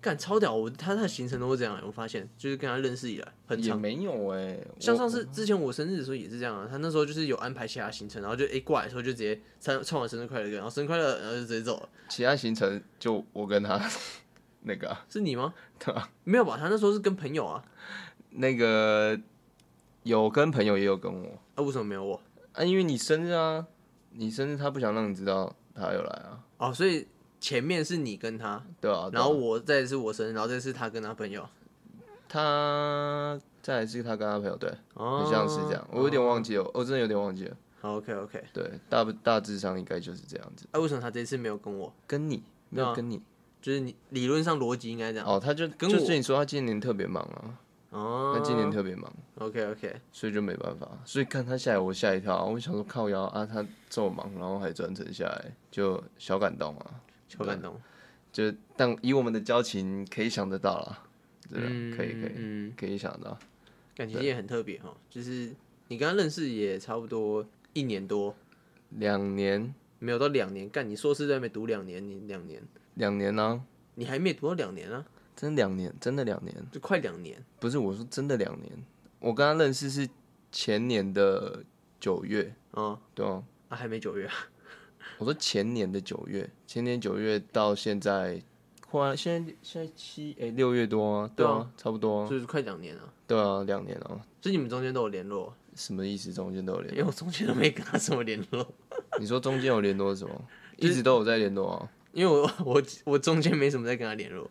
[SPEAKER 2] 干超屌！我他他的行程都是这样、欸，我发现就是跟他认识以来很
[SPEAKER 1] 也
[SPEAKER 2] 长。
[SPEAKER 1] 没有哎、
[SPEAKER 2] 像上
[SPEAKER 1] 我
[SPEAKER 2] 次之前我生日的时候也是这样啊，他那时候就是有安排其他行程，然后就诶过来的时候就直接唱唱完生日快乐歌，然后生日快乐，然后就直接走了。
[SPEAKER 1] 其他行程就我跟他那个啊、
[SPEAKER 2] 是你吗？
[SPEAKER 1] [LAUGHS] 对
[SPEAKER 2] 没有吧？他那时候是跟朋友啊，
[SPEAKER 1] 那个有跟朋友也有跟我
[SPEAKER 2] 啊为什么没有我？
[SPEAKER 1] 啊，因为你生日啊，你生日他不想让你知道他有来啊，
[SPEAKER 2] 哦，所以前面是你跟他，
[SPEAKER 1] 对啊，对
[SPEAKER 2] 然
[SPEAKER 1] 啊
[SPEAKER 2] 后我再是我生日，然后再是他跟他朋友，
[SPEAKER 1] 他再来是他跟他朋友对，
[SPEAKER 2] 哦，
[SPEAKER 1] 很像是这样，我有点忘记了，我真的有点忘记了，
[SPEAKER 2] 好 OK OK，
[SPEAKER 1] 对，大不大致上应该就是这样子，
[SPEAKER 2] 啊，为什么他这次没有跟我？
[SPEAKER 1] 跟你没
[SPEAKER 2] 对
[SPEAKER 1] 有
[SPEAKER 2] 啊
[SPEAKER 1] 跟你
[SPEAKER 2] 就是你理论上逻辑应该这样
[SPEAKER 1] 哦，他就
[SPEAKER 2] 跟
[SPEAKER 1] 就
[SPEAKER 2] 我
[SPEAKER 1] 是你说他今年特别忙啊，
[SPEAKER 2] 哦。
[SPEAKER 1] 他今年特别忙。
[SPEAKER 2] OK OK，
[SPEAKER 1] 所以就没办法，所以看他下来我吓一跳啊，我想说靠腰啊，他这么忙，然后还专程下来，就小感动啊，
[SPEAKER 2] 求感动，
[SPEAKER 1] 就但以我们的交情可以想得到啦，对啊，
[SPEAKER 2] 嗯
[SPEAKER 1] 可以可以
[SPEAKER 2] 嗯，
[SPEAKER 1] 可以想得到，
[SPEAKER 2] 感情也很特别哈，就是你跟他认识也差不多一年多，
[SPEAKER 1] 两年
[SPEAKER 2] 没有到两年，干你硕士在那边读两年，你两年，
[SPEAKER 1] 两年呢、
[SPEAKER 2] 你还没读到两年啊，
[SPEAKER 1] 真两年，真的两年，
[SPEAKER 2] 就快两年，
[SPEAKER 1] 不是我说真的两年，我跟他认识是前年的九月，
[SPEAKER 2] 哦，
[SPEAKER 1] 对吗、
[SPEAKER 2] 啊还没九月啊，
[SPEAKER 1] 我说前年的九月，前年九月到现在，快现在现在七哎六月多啊，对
[SPEAKER 2] 对
[SPEAKER 1] 啊，差不多啊，
[SPEAKER 2] 就是快两年了，
[SPEAKER 1] 对啊，两年啊。
[SPEAKER 2] 所以你们中间都有联络，
[SPEAKER 1] 什么意思？中间都有联
[SPEAKER 2] 因为我中间都没跟他什么联络， [LAUGHS]
[SPEAKER 1] 络？你说中间有联络是什么？一直都有在联络啊？
[SPEAKER 2] 因为我我我中间没什么在跟他联络，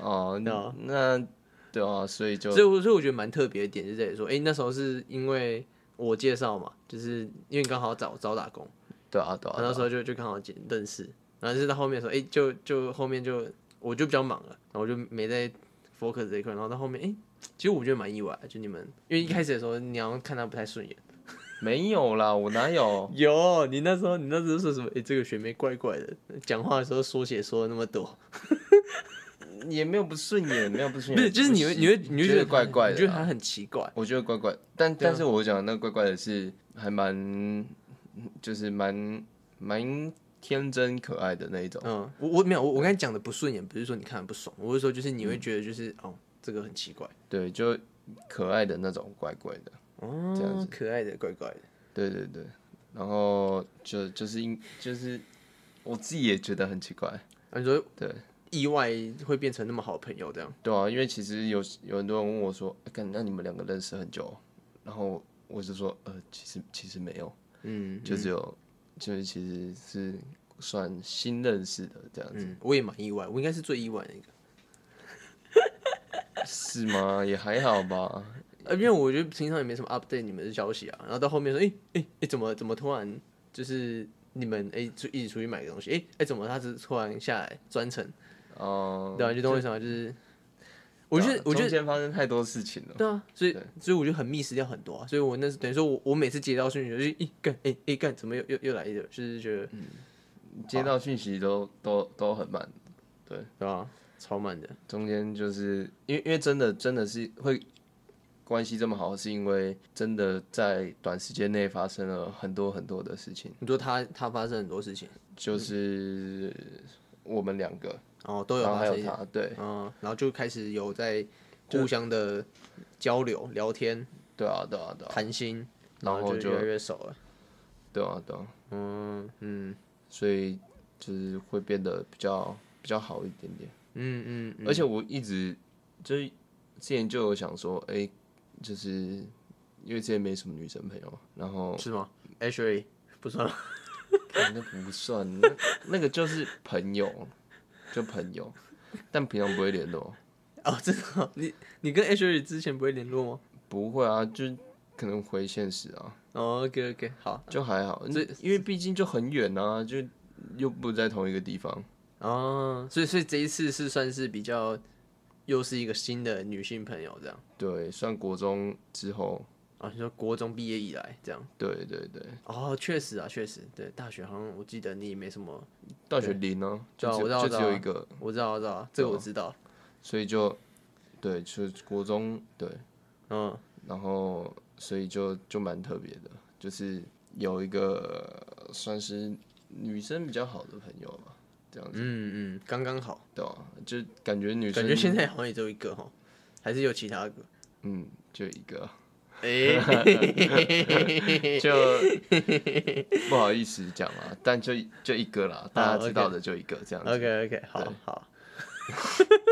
[SPEAKER 1] 哦，
[SPEAKER 2] 对啊
[SPEAKER 1] 那对啊，所以就
[SPEAKER 2] 所以我所以我觉得蛮特别的点就在于说，哎、那时候是因为我介绍嘛，就是因为刚好找找打工，
[SPEAKER 1] 对啊对啊
[SPEAKER 2] 然后
[SPEAKER 1] 对
[SPEAKER 2] 那
[SPEAKER 1] 啊
[SPEAKER 2] 时候就就刚好见认识，然后是到后面说，哎、就就后面就我就比较忙了，然后我就没在 focus 这一块，然后到后面，哎、其实我觉得蛮意外，就你们，因为一开始的时候你好像看他不太顺眼，哦
[SPEAKER 1] 没有啦，我哪有？
[SPEAKER 2] 有你那时候你那时候说什么，哎、这个学妹怪怪的，讲话的时候缩写说了那么多，
[SPEAKER 1] 也没有不顺眼，没有不顺
[SPEAKER 2] 不
[SPEAKER 1] 眼，
[SPEAKER 2] 是，就是你会你会你
[SPEAKER 1] 觉
[SPEAKER 2] 会觉得
[SPEAKER 1] 得怪怪
[SPEAKER 2] 你觉
[SPEAKER 1] 的
[SPEAKER 2] 得他
[SPEAKER 1] 啊，
[SPEAKER 2] 很奇怪，啊
[SPEAKER 1] 我觉得怪怪，但但是我讲的那个怪怪的是还蛮，就是蛮蛮天真可爱的那一种，
[SPEAKER 2] 嗯，我我没有，我我刚才讲的不顺眼，不是说你看的不爽，我是说就是你会觉得就是、哦，这个很奇怪，
[SPEAKER 1] 对，就可爱的那种怪怪的。
[SPEAKER 2] 哦，
[SPEAKER 1] 这样
[SPEAKER 2] 子可爱的怪怪的，
[SPEAKER 1] 对对对，然后就就是因就是我自己也觉得很奇怪，
[SPEAKER 2] 啊、你说
[SPEAKER 1] 对
[SPEAKER 2] 意外会变成那么好的朋友这样，
[SPEAKER 1] 对啊，因为其实有有很多人问我说，哎、干那你们两个认识很久哦？然后我就说，呃，其实其实没有，
[SPEAKER 2] 嗯，
[SPEAKER 1] 就只有、就是其实是算新认识的这样子，
[SPEAKER 2] 嗯，我也蛮意外，我应该是最意外的一个，
[SPEAKER 1] 是吗？也还好吧，
[SPEAKER 2] 呃，因为我觉得平常也没什么 update 你们的消息啊，然后到后面说，哎哎哎，怎么怎么突然就是你们哎出一起出去买个东西，哎哎，怎么他是突然下来专程，
[SPEAKER 1] 哦、
[SPEAKER 2] 对啊，就懂我意思吗？就是我觉
[SPEAKER 1] 对
[SPEAKER 2] 得
[SPEAKER 1] 啊
[SPEAKER 2] 我觉得
[SPEAKER 1] 中间发生太多事情了，
[SPEAKER 2] 对啊，所以
[SPEAKER 1] 对
[SPEAKER 2] 所以我就很 miss 掉很多啊，所以我那时等于说我我每次接到讯息就是一干哎哎干，怎么又又又来一个，就是觉得
[SPEAKER 1] 接到讯息都都都很慢，
[SPEAKER 2] 对吧、超慢的，
[SPEAKER 1] 中间就是因为因为真的真的是会关系这么好，是因为真的在短时间内发生了很多很多的事情，
[SPEAKER 2] 你说他他发生很多事情，
[SPEAKER 1] 就是我们两个，
[SPEAKER 2] 然后哦都有
[SPEAKER 1] 然后
[SPEAKER 2] 发
[SPEAKER 1] 还
[SPEAKER 2] 生
[SPEAKER 1] 有
[SPEAKER 2] 一些，
[SPEAKER 1] 他，对
[SPEAKER 2] 嗯，然后就开始有在互相的交流、聊天、
[SPEAKER 1] 对啊对啊对啊
[SPEAKER 2] 谈心，
[SPEAKER 1] 然后
[SPEAKER 2] 后就
[SPEAKER 1] 就
[SPEAKER 2] 越来越熟了，
[SPEAKER 1] 对啊对啊，
[SPEAKER 2] 嗯嗯
[SPEAKER 1] 所以就是会变得比较比较好一点点，
[SPEAKER 2] 嗯嗯嗯，
[SPEAKER 1] 而且我一直就是之前就有想说，哎、就是因为之前没什么女生朋友，然后
[SPEAKER 2] 是吗？Ashley 不算吗，
[SPEAKER 1] 啊那不算，那那个就是朋友，就朋友，但平常不会联络，
[SPEAKER 2] 哦，真的哦、 [LAUGHS] 你你跟 Ashley 之前不会联络吗
[SPEAKER 1] 不会啊，就可能回现实啊，
[SPEAKER 2] ？OK OK，好，哦
[SPEAKER 1] 就还好，
[SPEAKER 2] 啊这
[SPEAKER 1] 因为毕竟就很远啊，就又不在同一个地方，
[SPEAKER 2] 哦，所以所以这一次是算是比较，又是一个新的女性朋友这样。
[SPEAKER 1] 对，算国中之后，
[SPEAKER 2] 啊，你说国中毕业以来这样？
[SPEAKER 1] 对对对，
[SPEAKER 2] 哦，确实啊，确实，对，大学好像我记得你也没什么，
[SPEAKER 1] 大学零呢、
[SPEAKER 2] 对
[SPEAKER 1] 就
[SPEAKER 2] 啊
[SPEAKER 1] 只
[SPEAKER 2] 我知道
[SPEAKER 1] 就
[SPEAKER 2] 我知
[SPEAKER 1] 只
[SPEAKER 2] 道
[SPEAKER 1] 有
[SPEAKER 2] 啊
[SPEAKER 1] 一个，
[SPEAKER 2] 我知道，我知道，这个我知道。
[SPEAKER 1] 所以就对，就是国中对，
[SPEAKER 2] 嗯，
[SPEAKER 1] 然后所以就就蛮特别的，就是有一个算是女生比较好的朋友吧。这样子，
[SPEAKER 2] 嗯嗯，刚刚好，
[SPEAKER 1] 对吧、啊就感觉女生
[SPEAKER 2] 感觉现在好像也只有一个哈，还是有其他个？
[SPEAKER 1] 嗯，就一个，
[SPEAKER 2] 哎、
[SPEAKER 1] [LAUGHS] 就不好意思讲啦，但就就一个啦，
[SPEAKER 2] 啊
[SPEAKER 1] 大家知道的就一个这样子。
[SPEAKER 2] OK OK，好好。 [LAUGHS]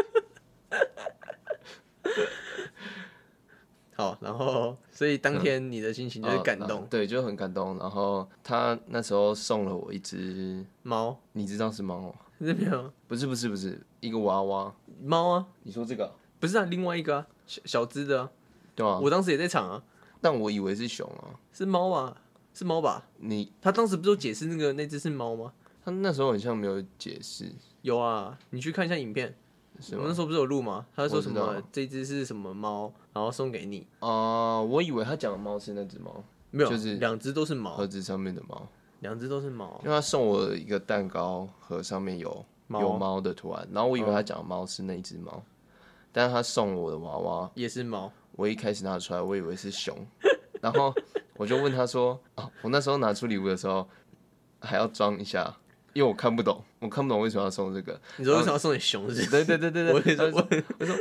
[SPEAKER 2] 好，然后所以当天你的心情就是
[SPEAKER 1] 嗯啊
[SPEAKER 2] 感
[SPEAKER 1] 那
[SPEAKER 2] 动，
[SPEAKER 1] 对，就很感动。然后他那时候送了我一只，
[SPEAKER 2] 猫
[SPEAKER 1] 你知道是猫吗？
[SPEAKER 2] 是没有
[SPEAKER 1] 不是不是不是，一个娃娃。
[SPEAKER 2] 猫啊，
[SPEAKER 1] 你说这个？
[SPEAKER 2] 不是啊，另外一个啊，小小只的啊，
[SPEAKER 1] 对啊，
[SPEAKER 2] 我当时也在场啊，
[SPEAKER 1] 但我以为是熊啊。
[SPEAKER 2] 是猫啊，是猫吧？
[SPEAKER 1] 你
[SPEAKER 2] 他当时不是有解释那个那只是猫吗？
[SPEAKER 1] 他那时候很像没有解释，
[SPEAKER 2] 有啊，你去看一下影片，
[SPEAKER 1] 是
[SPEAKER 2] 我
[SPEAKER 1] 吗
[SPEAKER 2] 们那？时候不是有录吗？他说什
[SPEAKER 1] 我知
[SPEAKER 2] 么
[SPEAKER 1] 道
[SPEAKER 2] 这只是什么猫，然后送给你，
[SPEAKER 1] 啊、我以为他讲的猫是那只猫，
[SPEAKER 2] 没有，
[SPEAKER 1] 就是
[SPEAKER 2] 两只都是猫
[SPEAKER 1] 盒，子上面的猫，
[SPEAKER 2] 两只都是猫
[SPEAKER 1] 因，为他送我一个蛋糕盒，上面有
[SPEAKER 2] 猫啊嗯
[SPEAKER 1] 有猫的图案，然后我以为他讲的猫是那一只猫，但是他送我的娃娃，
[SPEAKER 2] 也是猫，
[SPEAKER 1] 我一开始拿出来，我以为是熊， [LAUGHS] 然后我就问他说：“啊，我那时候拿出礼物的时候还要装一下，因为我看不懂，我看不懂为什么要送这个。
[SPEAKER 2] 你说为什么要送你熊是不
[SPEAKER 1] 对
[SPEAKER 2] 是？
[SPEAKER 1] 对对对对，
[SPEAKER 2] 我也说
[SPEAKER 1] 然后我说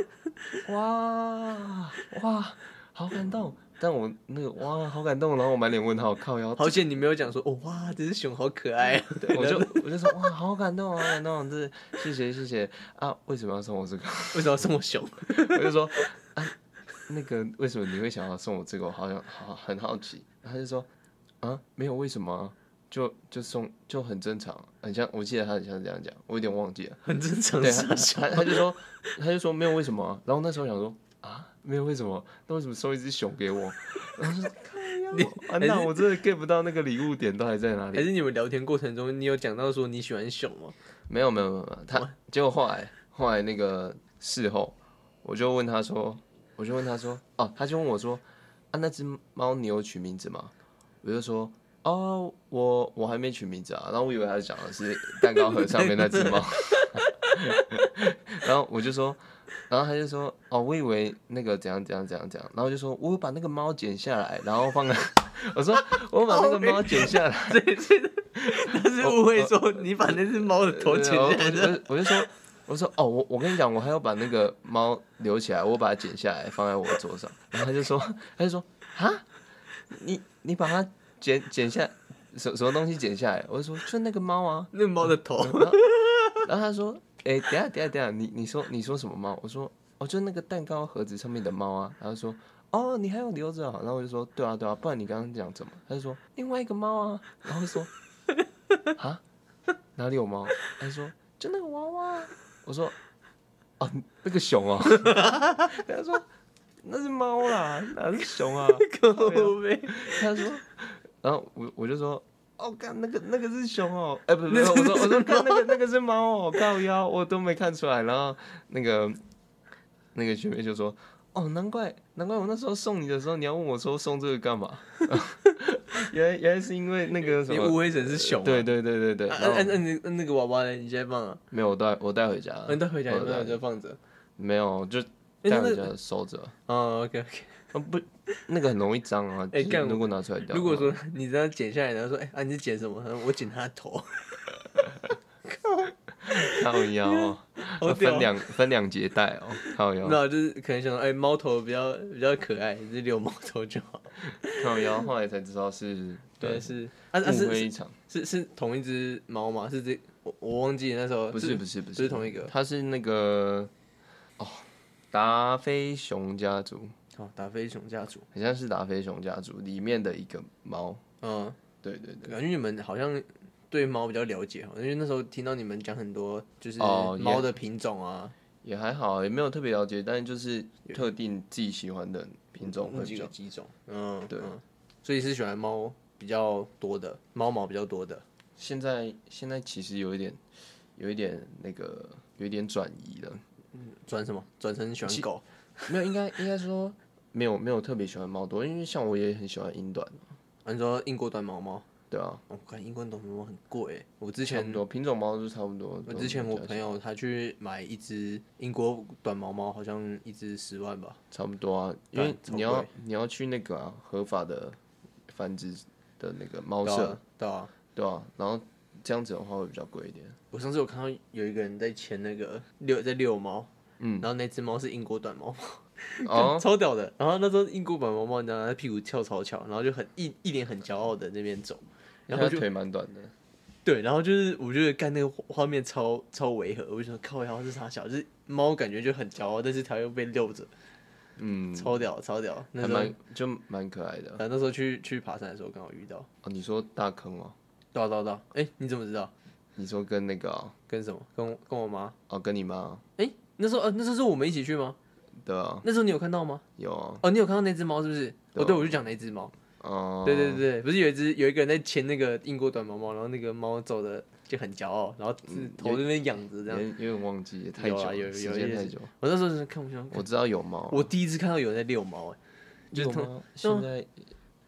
[SPEAKER 1] 哇哇，好感动。但我那个哇，好感动，然后我满嗯脸问号，靠腰，
[SPEAKER 2] 好险你没有讲说，哦哇，这只熊好可爱啊，
[SPEAKER 1] 对我就我就说哇，好感动，好感动，这谢谢谢谢啊，为什么要送我这个？ [LAUGHS]
[SPEAKER 2] 为什么要送我熊？ [LAUGHS]
[SPEAKER 1] 我就说啊，那个为什么你会想要送我这个？我好像好很好奇。他就说啊，没有为什么啊、就就送就很正常，很像我记得他很像是这样讲，我有点忘记了。
[SPEAKER 2] 很正常
[SPEAKER 1] 对，啊
[SPEAKER 2] 是
[SPEAKER 1] 他
[SPEAKER 2] 吧熊
[SPEAKER 1] 他他就说他就说没有为什么啊、然后那时候想说啊，没有为什么，那为什么送一只熊给我？然后 [LAUGHS] 就说
[SPEAKER 2] 你
[SPEAKER 1] 啊，那我真的 get 不到那个礼物点到底在哪
[SPEAKER 2] [LAUGHS] 还
[SPEAKER 1] 里。
[SPEAKER 2] 是你们聊天过程中，你有讲到说你喜欢熊吗？ [LAUGHS]
[SPEAKER 1] 没有没有没有，没有他结果后来后来那个事后，我就问他说，我就问他说，哦、他就问我说，啊，那只猫你有取名字吗？我就说。哦，我我还没取名字啊，然后我以为他讲的是蛋糕盒上面那只猫，然后我就说，然后他就说，哦，我以为那个怎样怎样怎样怎样，然后我就说我有把那个猫剪下来，然后放在， [LAUGHS] 我说我把那个猫剪下来，
[SPEAKER 2] 所以所以
[SPEAKER 1] 哦
[SPEAKER 2] 他是误会说你把那只猫的头
[SPEAKER 1] 对
[SPEAKER 2] 剪
[SPEAKER 1] 我
[SPEAKER 2] 下来
[SPEAKER 1] 我
[SPEAKER 2] 的，
[SPEAKER 1] 就我就说，我说哦，我我跟你讲，我还要把那个猫留起来，我把它剪下来放在我桌上。然后他就说， [LAUGHS] 他就说啊，你你把它剪剪下什什么东西剪下来？我就说就那个猫啊。
[SPEAKER 2] 那猫的 [LAUGHS] 头，
[SPEAKER 1] 然后他说，哎、等一下等一下等一下，你你说你说什么猫？我说哦，就那个蛋糕盒子上面的猫啊。然后说。哦，你还有留着啊？然后我就说，对啊，对啊，不然你刚刚讲怎么？他就说另外一个猫啊，然后我就说啊，哪里有猫？他说就那个娃娃啊。我说哦，那个熊哦。他说那是猫啦，哪是熊啊？
[SPEAKER 2] 靠背， [LAUGHS]
[SPEAKER 1] 他说， [LAUGHS] 然后我我就说。哦，看那个那个是熊哦，哎、不是不是，我说我说看那个那个是猫哦，靠腰，我都没看出来。然后那个那个学妹就说，哦，难怪难怪我那时候送你的时候，你要问我说送这个干嘛？ [LAUGHS] 原来原来是因为那个什
[SPEAKER 2] 你
[SPEAKER 1] 么
[SPEAKER 2] 误会成是熊啊。
[SPEAKER 1] 对对对对对，
[SPEAKER 2] 啊，
[SPEAKER 1] 然
[SPEAKER 2] 那
[SPEAKER 1] 后
[SPEAKER 2] 那那那个娃娃呢？你现在放啊？
[SPEAKER 1] 没有我带我带回家，
[SPEAKER 2] 那带回家，
[SPEAKER 1] 我
[SPEAKER 2] 你带
[SPEAKER 1] 带
[SPEAKER 2] 回家放着。
[SPEAKER 1] 没有就带
[SPEAKER 2] 哎那
[SPEAKER 1] 回
[SPEAKER 2] 个
[SPEAKER 1] 家收着，啊
[SPEAKER 2] 哦，OK OK。
[SPEAKER 1] 不那个很容易脏啊，
[SPEAKER 2] 哎
[SPEAKER 1] 就是
[SPEAKER 2] 干
[SPEAKER 1] 如果拿出来掉，啊
[SPEAKER 2] 如果说你这样剪下来，然后说，哎，啊，你是剪什么？他说我剪他的
[SPEAKER 1] [LAUGHS]
[SPEAKER 2] 头，
[SPEAKER 1] 靠腰哦，
[SPEAKER 2] 好屌
[SPEAKER 1] 分。两分两节带哦，靠腰
[SPEAKER 2] 没有，就是可能想说，哎，猫头比较比较可爱，就留猫头就好。
[SPEAKER 1] 靠腰，后来才知道是
[SPEAKER 2] [LAUGHS] 对，
[SPEAKER 1] 对
[SPEAKER 2] 是啊啊
[SPEAKER 1] 误
[SPEAKER 2] 是
[SPEAKER 1] 会
[SPEAKER 2] 是
[SPEAKER 1] 一场，
[SPEAKER 2] 是是同一只猫吗？是这我我忘记那时候
[SPEAKER 1] 不是不是不
[SPEAKER 2] 不
[SPEAKER 1] 是
[SPEAKER 2] 是同一个
[SPEAKER 1] 他是那个哦达菲熊家族，
[SPEAKER 2] 哦，达菲熊家族。
[SPEAKER 1] 好像是达菲熊家族里面的一个猫，
[SPEAKER 2] 嗯，
[SPEAKER 1] 对对对。
[SPEAKER 2] 感觉你们好像对猫比较了解哦，因为那时候听到你们讲很多就是
[SPEAKER 1] 哦也
[SPEAKER 2] 猫的品种啊，
[SPEAKER 1] 也还好，也没有特别了解，但是就是特定自己喜欢的品种
[SPEAKER 2] 那
[SPEAKER 1] 会
[SPEAKER 2] 嗯几
[SPEAKER 1] 比
[SPEAKER 2] 个
[SPEAKER 1] 较
[SPEAKER 2] 几种，嗯，
[SPEAKER 1] 对
[SPEAKER 2] 嗯所以是喜欢猫比较多的，猫毛比较多的，
[SPEAKER 1] 现在现在其实有一点，有一点那个，有一点转移了。 [LAUGHS]
[SPEAKER 2] 转什么？转成喜欢狗，
[SPEAKER 1] 没有，应该应该说没有没有特别喜欢猫多，因为像我也很喜欢英短，
[SPEAKER 2] 啊、你说英国短毛猫，
[SPEAKER 1] 对啊，
[SPEAKER 2] 我看英国短毛猫很贵欸，我之
[SPEAKER 1] 差
[SPEAKER 2] 前
[SPEAKER 1] 不多品种猫就差不多。
[SPEAKER 2] 我之前我朋友他去买一只英国短毛猫，好像一只十万吧，
[SPEAKER 1] 差不多啊，因为
[SPEAKER 2] 干超
[SPEAKER 1] 你要你要去那个啊、合法的繁殖的那个猫舍，
[SPEAKER 2] 对啊，对啊，
[SPEAKER 1] 对啊，然后这样子的话会比较贵一
[SPEAKER 2] [LAUGHS]
[SPEAKER 1] 点。
[SPEAKER 2] 我上次有看到有一个人在牵那个遛在遛猫，
[SPEAKER 1] 嗯
[SPEAKER 2] 然后那只猫是英国短毛，
[SPEAKER 1] 哦，
[SPEAKER 2] [LAUGHS] 超屌的。然后那时候英国短毛猫，你知道吗它屁股翘超翘，然后就很一一脸很骄傲的那边走，然后
[SPEAKER 1] 它
[SPEAKER 2] 就
[SPEAKER 1] 腿蛮短的，
[SPEAKER 2] 对，然后就是我觉得干那个画画面超超违和，我就想靠腰是啥小，就是猫感觉就很骄傲，但是它又被遛着，
[SPEAKER 1] 嗯，
[SPEAKER 2] 超屌超屌。哦那
[SPEAKER 1] 还
[SPEAKER 2] 时候
[SPEAKER 1] 蛮就蛮可爱的。
[SPEAKER 2] 呃那时候去去爬山的时候刚好遇到，
[SPEAKER 1] 哦，你说大坑吗？
[SPEAKER 2] 对啊对啊对啊，哎、你怎么知道？
[SPEAKER 1] 你说跟那个哦，
[SPEAKER 2] 跟什么？跟我跟我妈？
[SPEAKER 1] 哦跟你妈
[SPEAKER 2] 哎、那时候呃那时候是我们一起去吗？
[SPEAKER 1] 的啊
[SPEAKER 2] 那时候你有看到吗？
[SPEAKER 1] 有啊，
[SPEAKER 2] 哦，你有看到那只猫是不是？
[SPEAKER 1] 对啊
[SPEAKER 2] 哦，对，我就讲那只猫。
[SPEAKER 1] 哦，
[SPEAKER 2] 对对对，不是有一只有一个人在牵那个英国短毛猫，然后那个猫走的就很骄傲，然后是头在那边仰着这样。
[SPEAKER 1] 嗯有有点忘记，太
[SPEAKER 2] 有
[SPEAKER 1] 久
[SPEAKER 2] 啊
[SPEAKER 1] 了，
[SPEAKER 2] 有有
[SPEAKER 1] 时
[SPEAKER 2] 有
[SPEAKER 1] 间
[SPEAKER 2] 一
[SPEAKER 1] 太
[SPEAKER 2] 些
[SPEAKER 1] 久了。
[SPEAKER 2] 我那时候是看不想，
[SPEAKER 1] 我知道有猫，啊
[SPEAKER 2] 我第一次看到有人在遛猫、哎，就是
[SPEAKER 1] 有
[SPEAKER 2] 通
[SPEAKER 1] 吗？现在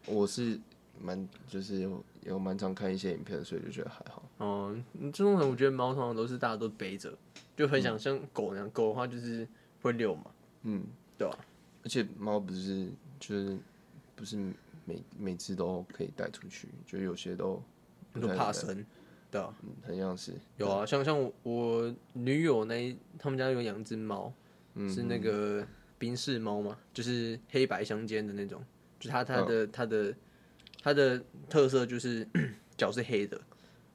[SPEAKER 1] 我是蛮就是有有蛮常看一些影片，所以就觉得还好。
[SPEAKER 2] 哦、嗯，这种人我觉得猫通常都是大家都背着，就很想像狗那样，狗的话就是会遛嘛，
[SPEAKER 1] 嗯，
[SPEAKER 2] 对吧、
[SPEAKER 1] 而且猫不是就是不是每每次都可以带出去，就有些都
[SPEAKER 2] 你说
[SPEAKER 1] 不太
[SPEAKER 2] 怕
[SPEAKER 1] 能带，
[SPEAKER 2] 生，对啊，
[SPEAKER 1] 嗯，很像是
[SPEAKER 2] 有啊，像像我我女友那一他们家有养只猫，
[SPEAKER 1] 嗯
[SPEAKER 2] 是那个宾士猫嘛，就是黑白相间的那种，就它它
[SPEAKER 1] 哦
[SPEAKER 2] 的、它的它的特色就是 [CLEARS THROAT] 脚是黑的，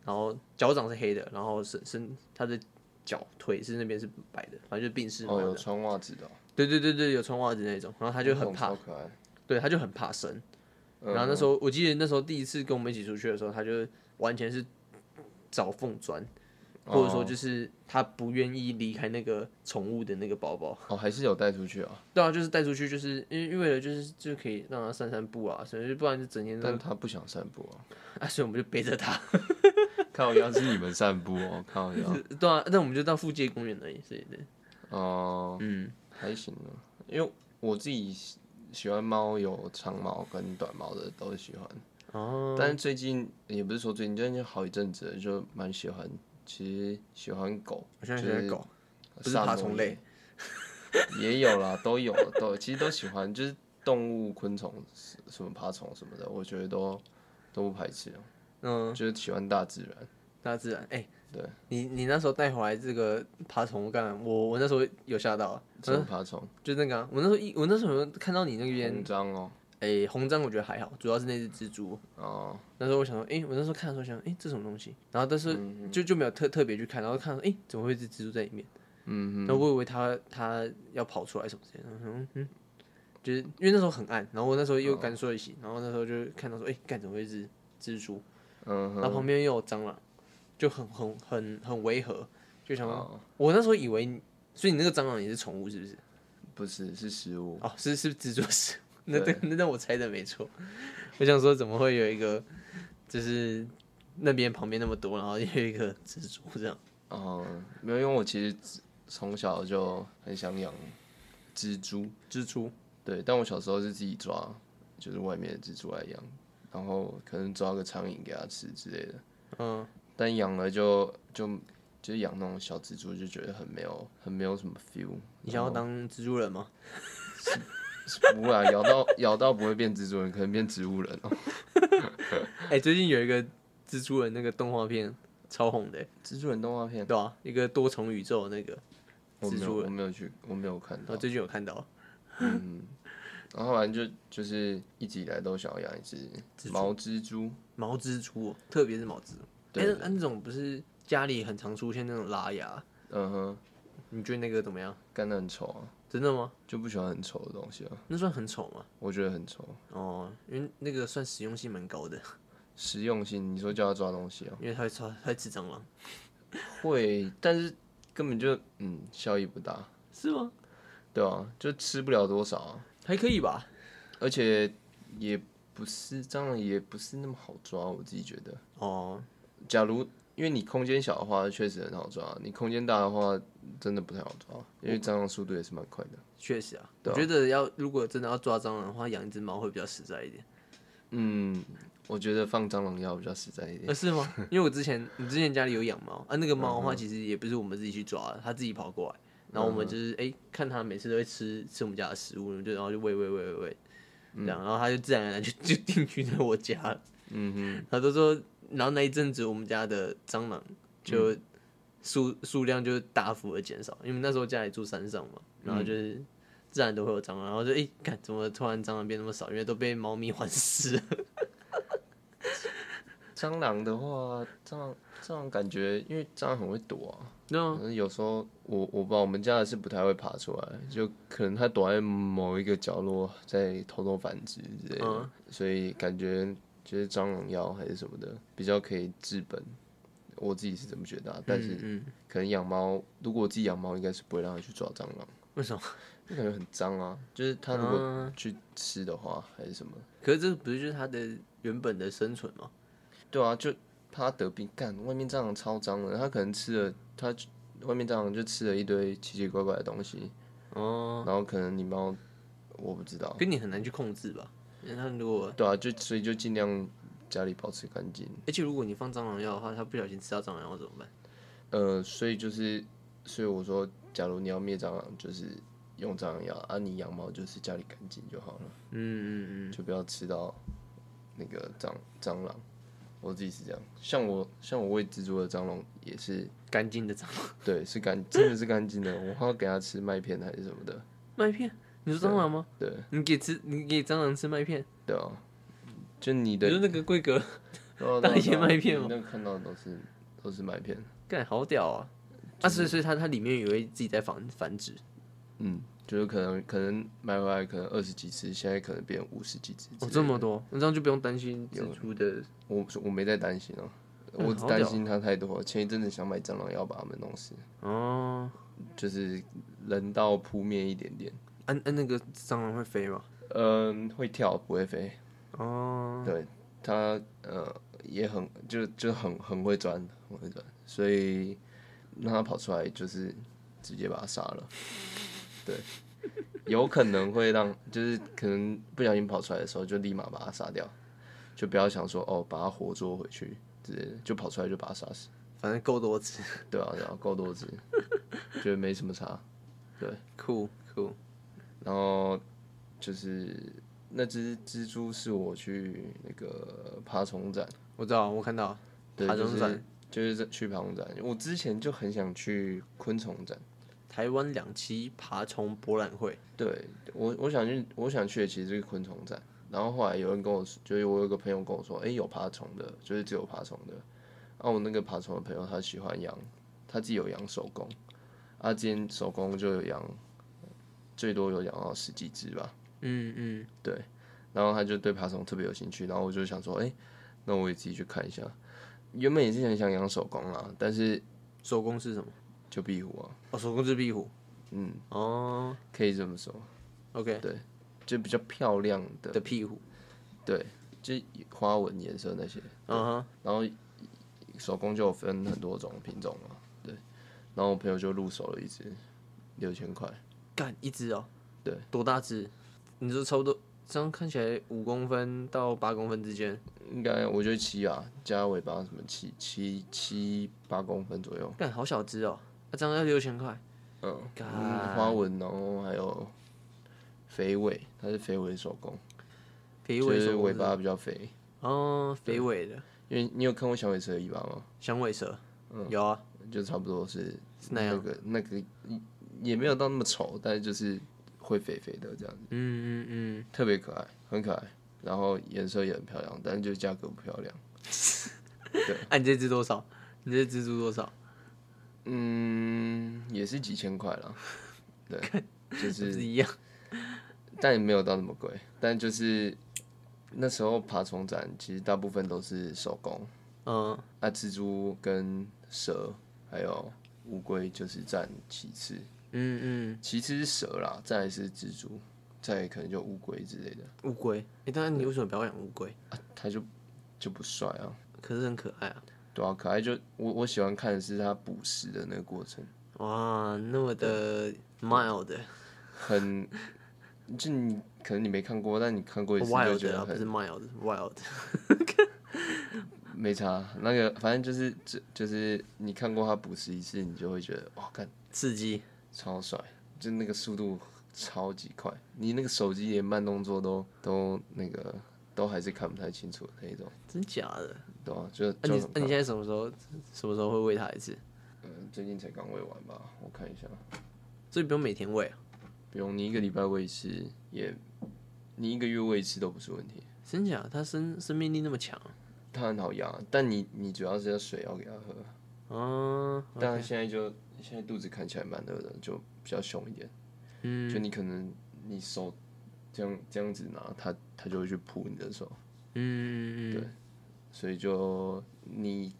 [SPEAKER 2] 然后脚掌是黑的，然后身身它的脚腿是那边是白的，反正就是宾士猫
[SPEAKER 1] 哦，
[SPEAKER 2] 的。
[SPEAKER 1] 有穿袜子的哦，
[SPEAKER 2] 对对对对，有穿袜子那种，然后它就
[SPEAKER 1] 那
[SPEAKER 2] 很
[SPEAKER 1] 种
[SPEAKER 2] 怕，
[SPEAKER 1] 超可爱。
[SPEAKER 2] 对，它就很怕生。
[SPEAKER 1] 嗯
[SPEAKER 2] 然后那时候我记得那时候第一次跟我们一起出去的时候，它就完全是找缝钻。
[SPEAKER 1] 哦
[SPEAKER 2] 或者说就是他不愿意离开那个宠物的那个包包。
[SPEAKER 1] 哦，还是有带出去啊，
[SPEAKER 2] 对啊，就是带出去，就是因为因为为了就是就可以让它散散步啊，所以不然就整天都
[SPEAKER 1] 但它不想散步 [LAUGHS] 啊。
[SPEAKER 2] 啊，所以我们就背着它。
[SPEAKER 1] 靠腰是你们散步哦，靠腰
[SPEAKER 2] [LAUGHS] 对啊，那我们就到附近公园而已，所以对，
[SPEAKER 1] 哦，
[SPEAKER 2] 嗯，
[SPEAKER 1] 还行啊，因为我自己喜喜欢猫，有长毛跟短毛的都喜欢。
[SPEAKER 2] 哦，
[SPEAKER 1] 但是最近也不是说最近，最近好一阵子了就蛮喜欢，其实喜欢狗，
[SPEAKER 2] 我现在喜欢狗，不是
[SPEAKER 1] 萨
[SPEAKER 2] 爬
[SPEAKER 1] 摩
[SPEAKER 2] 虫
[SPEAKER 1] 耶
[SPEAKER 2] 类，
[SPEAKER 1] 也有啦，都有，都有其实都喜欢，就是动物、昆虫、什么爬虫什么的，我觉得都都不排斥啊，
[SPEAKER 2] 嗯，
[SPEAKER 1] 就是喜欢大自然。
[SPEAKER 2] 大自然，哎、
[SPEAKER 1] 对，
[SPEAKER 2] 你你那时候带回来这个爬虫物干嘛，我我那时候有吓到啊，
[SPEAKER 1] 什么爬虫？
[SPEAKER 2] 就那个啊、我那时候一我那时候有看到你那边，
[SPEAKER 1] 篇章哦，
[SPEAKER 2] 哎、红章我觉得还好，主要是那只蜘蛛，
[SPEAKER 1] 哦，嗯
[SPEAKER 2] 那时候我想说，诶，我那时候看的时候想，哎诶，这什么东西？然后但是就就没有特特别去看，然后看到，诶，怎么会有一只蜘蛛在里面？
[SPEAKER 1] 嗯
[SPEAKER 2] 然后我以为它它要跑出来什么之类的，然后想说嗯，就是因为那时候很暗，然后我那时候又干睡醒，然后那时候就看到说，诶，干怎么会有一只蜘蛛？
[SPEAKER 1] 嗯
[SPEAKER 2] 然后旁边又有蟑螂，就很很很很违和，就想说，
[SPEAKER 1] 哦
[SPEAKER 2] 我那时候以为你，所以你那个蟑螂也是宠物是不是？
[SPEAKER 1] 不是，是食物。
[SPEAKER 2] 哦，是是 [LAUGHS] 蜘蛛丝，那对，那那我猜的没错。我想说，怎么会有一个就是那边旁边那么多，然后又有一个蜘蛛这样？
[SPEAKER 1] 哦、没有，因为我其实自从小就很想养蜘蛛，
[SPEAKER 2] 蜘蛛
[SPEAKER 1] 对，但我小时候是自己抓，就是外面的蜘蛛来养，然后可能抓个苍蝇给它吃之类的。
[SPEAKER 2] 嗯，
[SPEAKER 1] 但养了就就就是养那种小蜘蛛，就觉得很没有很没有什么 feel。
[SPEAKER 2] 你想要当蜘蛛人吗？
[SPEAKER 1] 不会啊，咬到 [LAUGHS] 咬到不会变蜘蛛人，可能变植物人哦。
[SPEAKER 2] [LAUGHS] 哎、最近有一个蜘蛛人那个动画片超红的、
[SPEAKER 1] 蜘蛛人动画片，
[SPEAKER 2] 对啊，一个多重宇宙的那个，
[SPEAKER 1] 我没
[SPEAKER 2] 蜘
[SPEAKER 1] 有
[SPEAKER 2] 蛛
[SPEAKER 1] 我没有去，我没有看
[SPEAKER 2] 然
[SPEAKER 1] 到
[SPEAKER 2] 后。最近有看到，
[SPEAKER 1] 嗯，然后反正就就是一直以来都想要养一只毛蜘蛛。
[SPEAKER 2] 毛蜘蛛哦，特别是毛蜘蛛，哎、
[SPEAKER 1] 对
[SPEAKER 2] 那那种不是家里很常出现那种拉牙，
[SPEAKER 1] 嗯哼，
[SPEAKER 2] 你觉得那个怎么样？
[SPEAKER 1] 干得很丑啊，
[SPEAKER 2] 真的吗？
[SPEAKER 1] 就不喜欢很丑的东西啊，
[SPEAKER 2] 那算很丑吗？
[SPEAKER 1] 我觉得很丑。
[SPEAKER 2] 哦，因为那个算实用性蛮高的。
[SPEAKER 1] 实用性，你说叫它抓东西啊，
[SPEAKER 2] 因为它会抓，它会吃蟑螂，
[SPEAKER 1] 会，但是根本就嗯效益不大，
[SPEAKER 2] 是吗？
[SPEAKER 1] 对啊，就吃不了多少啊，
[SPEAKER 2] 哦还可以吧。
[SPEAKER 1] 而且也不是蟑螂，也不是那么好抓，我自己觉得。
[SPEAKER 2] 哦，
[SPEAKER 1] 假如因为你空间小的话，确实很好抓；你空间大的话，真的不太好抓，因为蟑螂速度也是蛮快的。
[SPEAKER 2] 确实啊，我觉得要如果真的要抓蟑螂的话，养一只猫会比较实在一点。
[SPEAKER 1] 嗯，我觉得放蟑螂药比较实在一点。
[SPEAKER 2] 呃，是吗？
[SPEAKER 1] [LAUGHS]
[SPEAKER 2] 因为我之前，你之前家里有养猫啊，那个
[SPEAKER 1] 嗯
[SPEAKER 2] 猫的话，其实也不是我们自己去抓的，它自己跑过来，然后我们就是哎、看它每次都会吃吃我们家的食物，我们就然后就喂喂喂喂喂，这样，然后它就自然而然就就定居在我家了。
[SPEAKER 1] 嗯嗯哼，
[SPEAKER 2] 他都说然后那一阵子我们家的蟑螂就
[SPEAKER 1] 嗯
[SPEAKER 2] 数数、量就大幅的减少，因为那时候家里住山上嘛，然
[SPEAKER 1] 嗯
[SPEAKER 2] 后就是自然都会有蟑螂，然后就诶，看、怎么突然蟑螂变那么少，因为都被猫咪 [LAUGHS] 环视了。
[SPEAKER 1] 蟑螂的话，蟑螂蟑螂感觉，因为蟑螂很会躲啊，
[SPEAKER 2] 对啊，
[SPEAKER 1] 可能有时候我我不知道，我们家的是不太会爬出来，就可能它躲在某一个角落在偷偷繁殖之类的，
[SPEAKER 2] 嗯
[SPEAKER 1] 所以感觉就是蟑螂药还是什么的比较可以治本。我自己是这么觉得、啊，但是
[SPEAKER 2] 嗯，嗯
[SPEAKER 1] 可能养猫，如果我自己养猫，应该是不会让它去抓蟑螂，
[SPEAKER 2] 为什么？
[SPEAKER 1] 就感觉很脏啊。就是它如
[SPEAKER 2] 嗯
[SPEAKER 1] 果去吃的话，还是什么，
[SPEAKER 2] 可是这不是就是它的原本的生存吗？
[SPEAKER 1] 对啊，就怕它得病。干，外面蟑螂超脏的，它可能吃了它外面蟑螂就吃了一堆奇奇怪怪的东西，
[SPEAKER 2] 哦，
[SPEAKER 1] 然后可能你猫，我不知道。
[SPEAKER 2] 跟你很难去控制吧？因为它如果
[SPEAKER 1] 对啊，就所以就尽量家里保持干净。
[SPEAKER 2] 而且如果你放蟑螂药的话，它不小心吃到蟑螂药怎么办？
[SPEAKER 1] 呃，所以就是，所以我说，假如你要灭蟑螂，就是用蟑螂药啊；你养猫就是家里干净就好了，
[SPEAKER 2] 嗯嗯嗯，
[SPEAKER 1] 就不要吃到那个蟑蟑螂。我自己是这样，像我像我喂蜘蛛的蟑螂也
[SPEAKER 2] [LAUGHS]
[SPEAKER 1] 是，
[SPEAKER 2] 干净的蟑螂
[SPEAKER 1] 对，是干真的是干净的，我还要给它吃麦片还是什么的，
[SPEAKER 2] 麦片，你说蟑螂吗？
[SPEAKER 1] 对
[SPEAKER 2] 你给吃，你给蟑螂吃麦片？
[SPEAKER 1] 对啊，就你
[SPEAKER 2] 你
[SPEAKER 1] 的
[SPEAKER 2] 说那个规格，
[SPEAKER 1] 对啊对
[SPEAKER 2] 大
[SPEAKER 1] 啊
[SPEAKER 2] 爷
[SPEAKER 1] 对啊
[SPEAKER 2] 麦片吗
[SPEAKER 1] 你那看到的都是都是麦片，
[SPEAKER 2] 干好屌啊！啊，所以所以它它里面也会自己在繁繁殖，
[SPEAKER 1] 嗯，就是可能可能买回来可能二十几只，现在可能变五十几只之类的。
[SPEAKER 2] 哦，这么多，那这样就不用担心蜘蛛的。
[SPEAKER 1] 我我没在担心哦、
[SPEAKER 2] 嗯
[SPEAKER 1] 我只
[SPEAKER 2] 好
[SPEAKER 1] 担
[SPEAKER 2] 屌
[SPEAKER 1] 心它太多了。前一阵子想买蟑螂药把它们弄死，
[SPEAKER 2] 哦，
[SPEAKER 1] 就是人道扑灭一点点。
[SPEAKER 2] 啊啊，那个蟑螂会飞吗？
[SPEAKER 1] 嗯，会跳不会飞，
[SPEAKER 2] 哦，
[SPEAKER 1] 对它呃也很就就很很会钻，很会钻，所以让它跑出来就是直接把它杀了。对，有可能会让就是可能不小心跑出来的时候就立马把它杀掉，就不要想说哦把它活捉回去之类的，就跑出来就把它杀死。 [LAUGHS]
[SPEAKER 2] 反正够多只，
[SPEAKER 1] 对啊，对啊，够多只，觉得没什么差。
[SPEAKER 2] 酷酷。
[SPEAKER 1] 然后就是那只蜘蛛是我去那个爬虫展，
[SPEAKER 2] 我知道，我看到
[SPEAKER 1] 对，
[SPEAKER 2] 爬虫展，
[SPEAKER 1] 就是就是去爬虫展。我之前就很想去昆虫展，
[SPEAKER 2] 台湾两栖爬虫博览会，
[SPEAKER 1] 对我我想去我想去的其实是昆虫展。然后后来有人跟我说，就是我有个朋友跟我说，哎，有爬虫的，就是只有爬虫的。啊，我那个爬虫的朋友他喜欢养，他自己有养手工，啊，今天手工就有养，最多有养到十几只吧。
[SPEAKER 2] 嗯嗯，
[SPEAKER 1] 然后他就对爬虫特别有兴趣，然后我就想说，哎、那我也自己去看一下。原本也是很想养手工啦，但是
[SPEAKER 2] 手工是什么？
[SPEAKER 1] 就壁虎啊，
[SPEAKER 2] 哦，手工是壁虎。
[SPEAKER 1] 嗯，
[SPEAKER 2] 哦
[SPEAKER 1] 可以这么说，
[SPEAKER 2] ，OK
[SPEAKER 1] 就比较漂亮的，
[SPEAKER 2] 的屁股，
[SPEAKER 1] 对，就花纹、颜色那些。
[SPEAKER 2] 嗯哼，
[SPEAKER 1] 然后手工就有分很多种品种嘛，对。然后我朋友就入手了一只，六千块，
[SPEAKER 2] 干一只哦，
[SPEAKER 1] 对，
[SPEAKER 2] 多大只？你说差不多，这样看起来五公分到八公分之间，
[SPEAKER 1] 应该我觉得七啊，加尾巴什么七七七八公分左右，
[SPEAKER 2] 干好小只哦，那、这样要六千块，
[SPEAKER 1] 嗯，
[SPEAKER 2] 干
[SPEAKER 1] 嗯花纹，然后还有肥尾，它是肥尾手工。
[SPEAKER 2] 肥
[SPEAKER 1] 就
[SPEAKER 2] 尾
[SPEAKER 1] 是
[SPEAKER 2] 手
[SPEAKER 1] 尾巴比较肥。
[SPEAKER 2] 哦，肥尾的
[SPEAKER 1] 因为你有看过响尾蛇的尾巴吗？
[SPEAKER 2] 响尾蛇，有啊，
[SPEAKER 1] 就差不多是
[SPEAKER 2] 是那
[SPEAKER 1] 那
[SPEAKER 2] 样，
[SPEAKER 1] 个那个，也没有到那么丑，但是就是会肥肥的这样子，
[SPEAKER 2] 嗯嗯嗯，
[SPEAKER 1] 特别可爱，很可爱。然后颜色也很漂亮，但是就是价格不漂亮。
[SPEAKER 2] 哎、 [LAUGHS] 你这只多少？你这只蜘蛛多少？
[SPEAKER 1] 嗯，也是几千块 [LAUGHS] 啦。对，就
[SPEAKER 2] 不是
[SPEAKER 1] 是，
[SPEAKER 2] 一样，
[SPEAKER 1] 但也没有到那么贵。但就是那时候爬虫展，其实大部分都是手工，
[SPEAKER 2] 嗯，
[SPEAKER 1] 啊，蜘蛛跟蛇还有乌龟就是占其次。
[SPEAKER 2] 嗯
[SPEAKER 1] 其次是蛇啦，再来是蜘蛛，再来可能就乌龟之类的，啊
[SPEAKER 2] 嗯，乌龟，哎、当然你为什么不要养乌龟？
[SPEAKER 1] 它就就不帅啊，
[SPEAKER 2] 可是很可爱啊，
[SPEAKER 1] 对啊，可爱就我我喜欢看的是它捕食的那个过程，
[SPEAKER 2] 哇，那么的 mild，
[SPEAKER 1] 很就你可能你没看过，但你看过一次就
[SPEAKER 2] wild
[SPEAKER 1] 觉
[SPEAKER 2] 啊，
[SPEAKER 1] 得
[SPEAKER 2] 不
[SPEAKER 1] 很
[SPEAKER 2] 是 mild，wild，
[SPEAKER 1] 没差。那个反正就是就就是你看过它捕食一次，你就会觉得哇，看
[SPEAKER 2] 刺激，
[SPEAKER 1] 超帅，就那个速度超级快，你那个手机连慢动作都都那个都还是看不太清楚的那一种，
[SPEAKER 2] 真假的？
[SPEAKER 1] 对对啊，就
[SPEAKER 2] 那、
[SPEAKER 1] 就
[SPEAKER 2] 你
[SPEAKER 1] 很
[SPEAKER 2] 那、
[SPEAKER 1] 快
[SPEAKER 2] 你现在什么时候什么时候会喂它一次？
[SPEAKER 1] 嗯最近才刚喂完吧，我看一下，
[SPEAKER 2] 所以不用每天喂、啊，
[SPEAKER 1] 不用你一个礼拜喂一次，也你一个月喂一次都不是问题。
[SPEAKER 2] 真假？它生生命力那么强啊
[SPEAKER 1] 它很好养，但你你主要是要水要给它喝，
[SPEAKER 2] 哦
[SPEAKER 1] 但它
[SPEAKER 2] OK，
[SPEAKER 1] 现在就现在肚子看起来蛮饿的，就比较凶一点。就
[SPEAKER 2] 嗯
[SPEAKER 1] 你可能你手这样这样子拿，它它就会去扑你的手，
[SPEAKER 2] 嗯，
[SPEAKER 1] 对所以就你，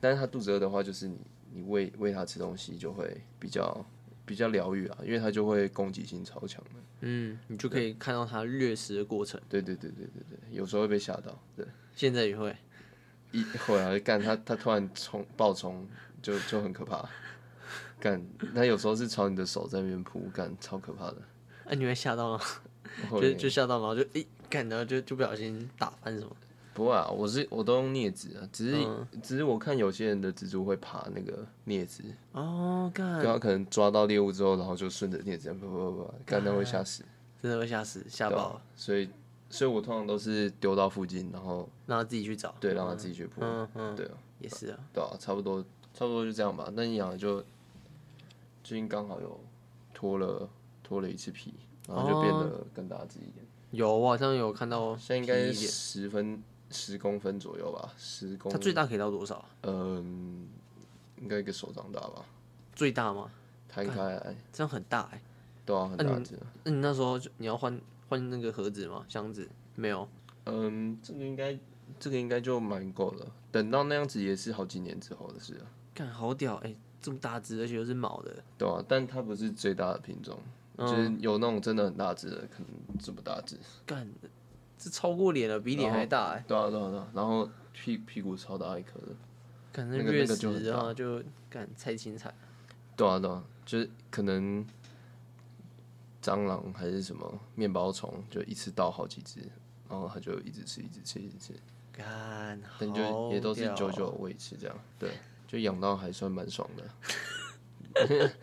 [SPEAKER 1] 但是它肚子饿的话，就是你你喂喂它吃东西就会比较比较疗愈啊，因为它就会攻击性超强的。
[SPEAKER 2] 嗯，你就可以看到它掠食的过程。
[SPEAKER 1] 对对对对对对，有时候会被吓到，对，
[SPEAKER 2] 现在也会，
[SPEAKER 1] 一会啊，干它它突然冲暴冲，就就很可怕。干，它有时候是朝你的手在那边扑，干超可怕的。
[SPEAKER 2] 哎、你会吓到吗？就
[SPEAKER 1] 会
[SPEAKER 2] 就吓到吗？就诶，干、然后就就不小心打翻什么？
[SPEAKER 1] 不会啊，我是我都用镊子啊，只是、
[SPEAKER 2] 嗯
[SPEAKER 1] 只是我看有些人的蜘蛛会爬那个镊子，
[SPEAKER 2] 哦，干
[SPEAKER 1] 对，他可能抓到猎物之后，然后就顺着镊子，不不不，干那会吓死，
[SPEAKER 2] 真的会吓死，啊吓
[SPEAKER 1] 对
[SPEAKER 2] 爆
[SPEAKER 1] 吧
[SPEAKER 2] 了，？
[SPEAKER 1] 所以所以我通常都是丢到附近，然后
[SPEAKER 2] 让它自己去找。
[SPEAKER 1] 哦对让它自己去扑，
[SPEAKER 2] 嗯嗯，
[SPEAKER 1] 对啊，
[SPEAKER 2] 也是啊，
[SPEAKER 1] 对啊，差不多差不多就这样吧。那你养的就最近刚好有脱了脱了一次皮，然后就
[SPEAKER 2] 哦
[SPEAKER 1] 变得更大只一点，
[SPEAKER 2] 有我好像有看到，
[SPEAKER 1] 现在应该十分十公分左右吧，十公
[SPEAKER 2] 它最大可以到多
[SPEAKER 1] 啊
[SPEAKER 2] 少？
[SPEAKER 1] 嗯，应该一个手掌大吧，
[SPEAKER 2] 最大吗？
[SPEAKER 1] 摊开来，
[SPEAKER 2] 这样很大哎、
[SPEAKER 1] 对啊，很
[SPEAKER 2] 那
[SPEAKER 1] 大
[SPEAKER 2] 你
[SPEAKER 1] 只。
[SPEAKER 2] 那你那时候就你要换换那个盒子吗？箱子没有？
[SPEAKER 1] 嗯，这个应该，这个应该就蛮够了。等到那样子也是好几年之后的事了，
[SPEAKER 2] 干好屌哎、这么大只，而且又是毛的，
[SPEAKER 1] 对嗯啊，但它不是最大的品种，就是有那种真的很大只的，可能这么大只。
[SPEAKER 2] 干这超过脸了，比脸还大哎、
[SPEAKER 1] 对啊，对啊，对啊。然后屁屁股超大一颗的，
[SPEAKER 2] 干那
[SPEAKER 1] 那个
[SPEAKER 2] 掠
[SPEAKER 1] 那个就很
[SPEAKER 2] 食啊，就干菜青菜。
[SPEAKER 1] 对啊，对啊，就是可能蟑螂还是什么面包虫，就一次倒好几只，然后它就一直吃，一直吃，一直吃。
[SPEAKER 2] 干，
[SPEAKER 1] 但就也都是
[SPEAKER 2] 好屌哦
[SPEAKER 1] 久久喂一次这样，对，就养到还算蛮爽的。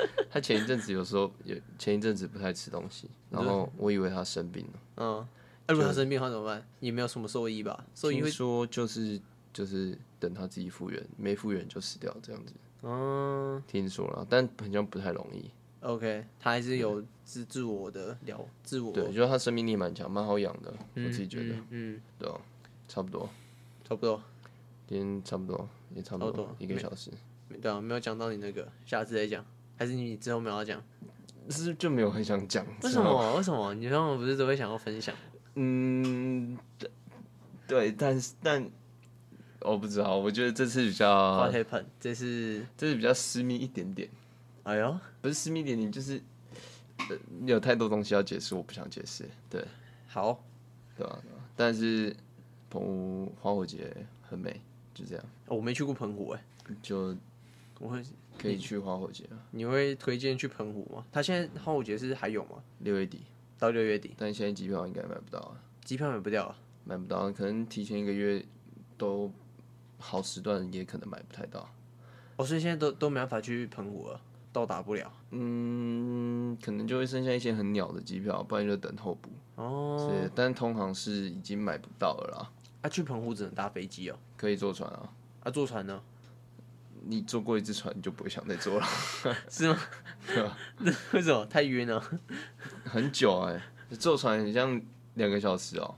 [SPEAKER 1] [LAUGHS] 他前一阵子有时候也前一阵子不太吃东西，然后我以为他生病了，
[SPEAKER 2] 嗯，那、如果他生病的话怎么办？也没有什么兽医吧？兽医
[SPEAKER 1] 听
[SPEAKER 2] 会，
[SPEAKER 1] 说就是就是等他自己复原，没复原就死掉这样子，
[SPEAKER 2] 嗯
[SPEAKER 1] 听说了，但好像不太容易。
[SPEAKER 2] ，OK，他还是有自自我的疗，自我，
[SPEAKER 1] 对，就是他生命力蛮强，蛮好养的，
[SPEAKER 2] 嗯
[SPEAKER 1] 我自己觉得，
[SPEAKER 2] 嗯，嗯
[SPEAKER 1] 对啊，差不多，
[SPEAKER 2] 差不多，
[SPEAKER 1] 今天差不多也差
[SPEAKER 2] 差
[SPEAKER 1] 不
[SPEAKER 2] 不多
[SPEAKER 1] 多一个小时，
[SPEAKER 2] 没对啊，没有讲到你那个，下次再讲，还是你之后没有要讲？
[SPEAKER 1] 是就没有很想讲，
[SPEAKER 2] 为什么？为什么？你他们不是都会想要分享？
[SPEAKER 1] 嗯，对，但是但我不知道，我觉得这次比较
[SPEAKER 2] What，happened？这是，
[SPEAKER 1] 这次比较私密一点点，
[SPEAKER 2] 哎呦，
[SPEAKER 1] 不是私密一点点，就是、呃、有太多东西要解释，我不想解释，对
[SPEAKER 2] 好，
[SPEAKER 1] 对吧、对吧但是澎湖花火节很美，就这样，
[SPEAKER 2] 哦我没去过澎湖哎、
[SPEAKER 1] 就
[SPEAKER 2] 我会，
[SPEAKER 1] 可以去花火节了，
[SPEAKER 2] 你会推荐去澎湖吗？他现在端午节是还有吗？
[SPEAKER 1] 六月底，
[SPEAKER 2] 到六月底，
[SPEAKER 1] 但现在机票应该买不到啊，
[SPEAKER 2] 机票买不掉啊。
[SPEAKER 1] 买不到，可能提前一个月都好时段也可能买不太到。
[SPEAKER 2] 哦，所以现在都都没办法去澎湖了，到达不了。
[SPEAKER 1] 嗯，可能就会剩下一些很鸟的机票，不然就等候补。
[SPEAKER 2] 哦，
[SPEAKER 1] 是，但通航是已经买不到了啦，
[SPEAKER 2] 啊，去澎湖只能搭飞机哦，
[SPEAKER 1] 可以坐船啊。
[SPEAKER 2] 啊，坐船呢？
[SPEAKER 1] 你坐过一次船，你就不会想再坐了，
[SPEAKER 2] 是吗？ [LAUGHS] 为什么太晕了？
[SPEAKER 1] 很久哎、坐船很像两个小时哦、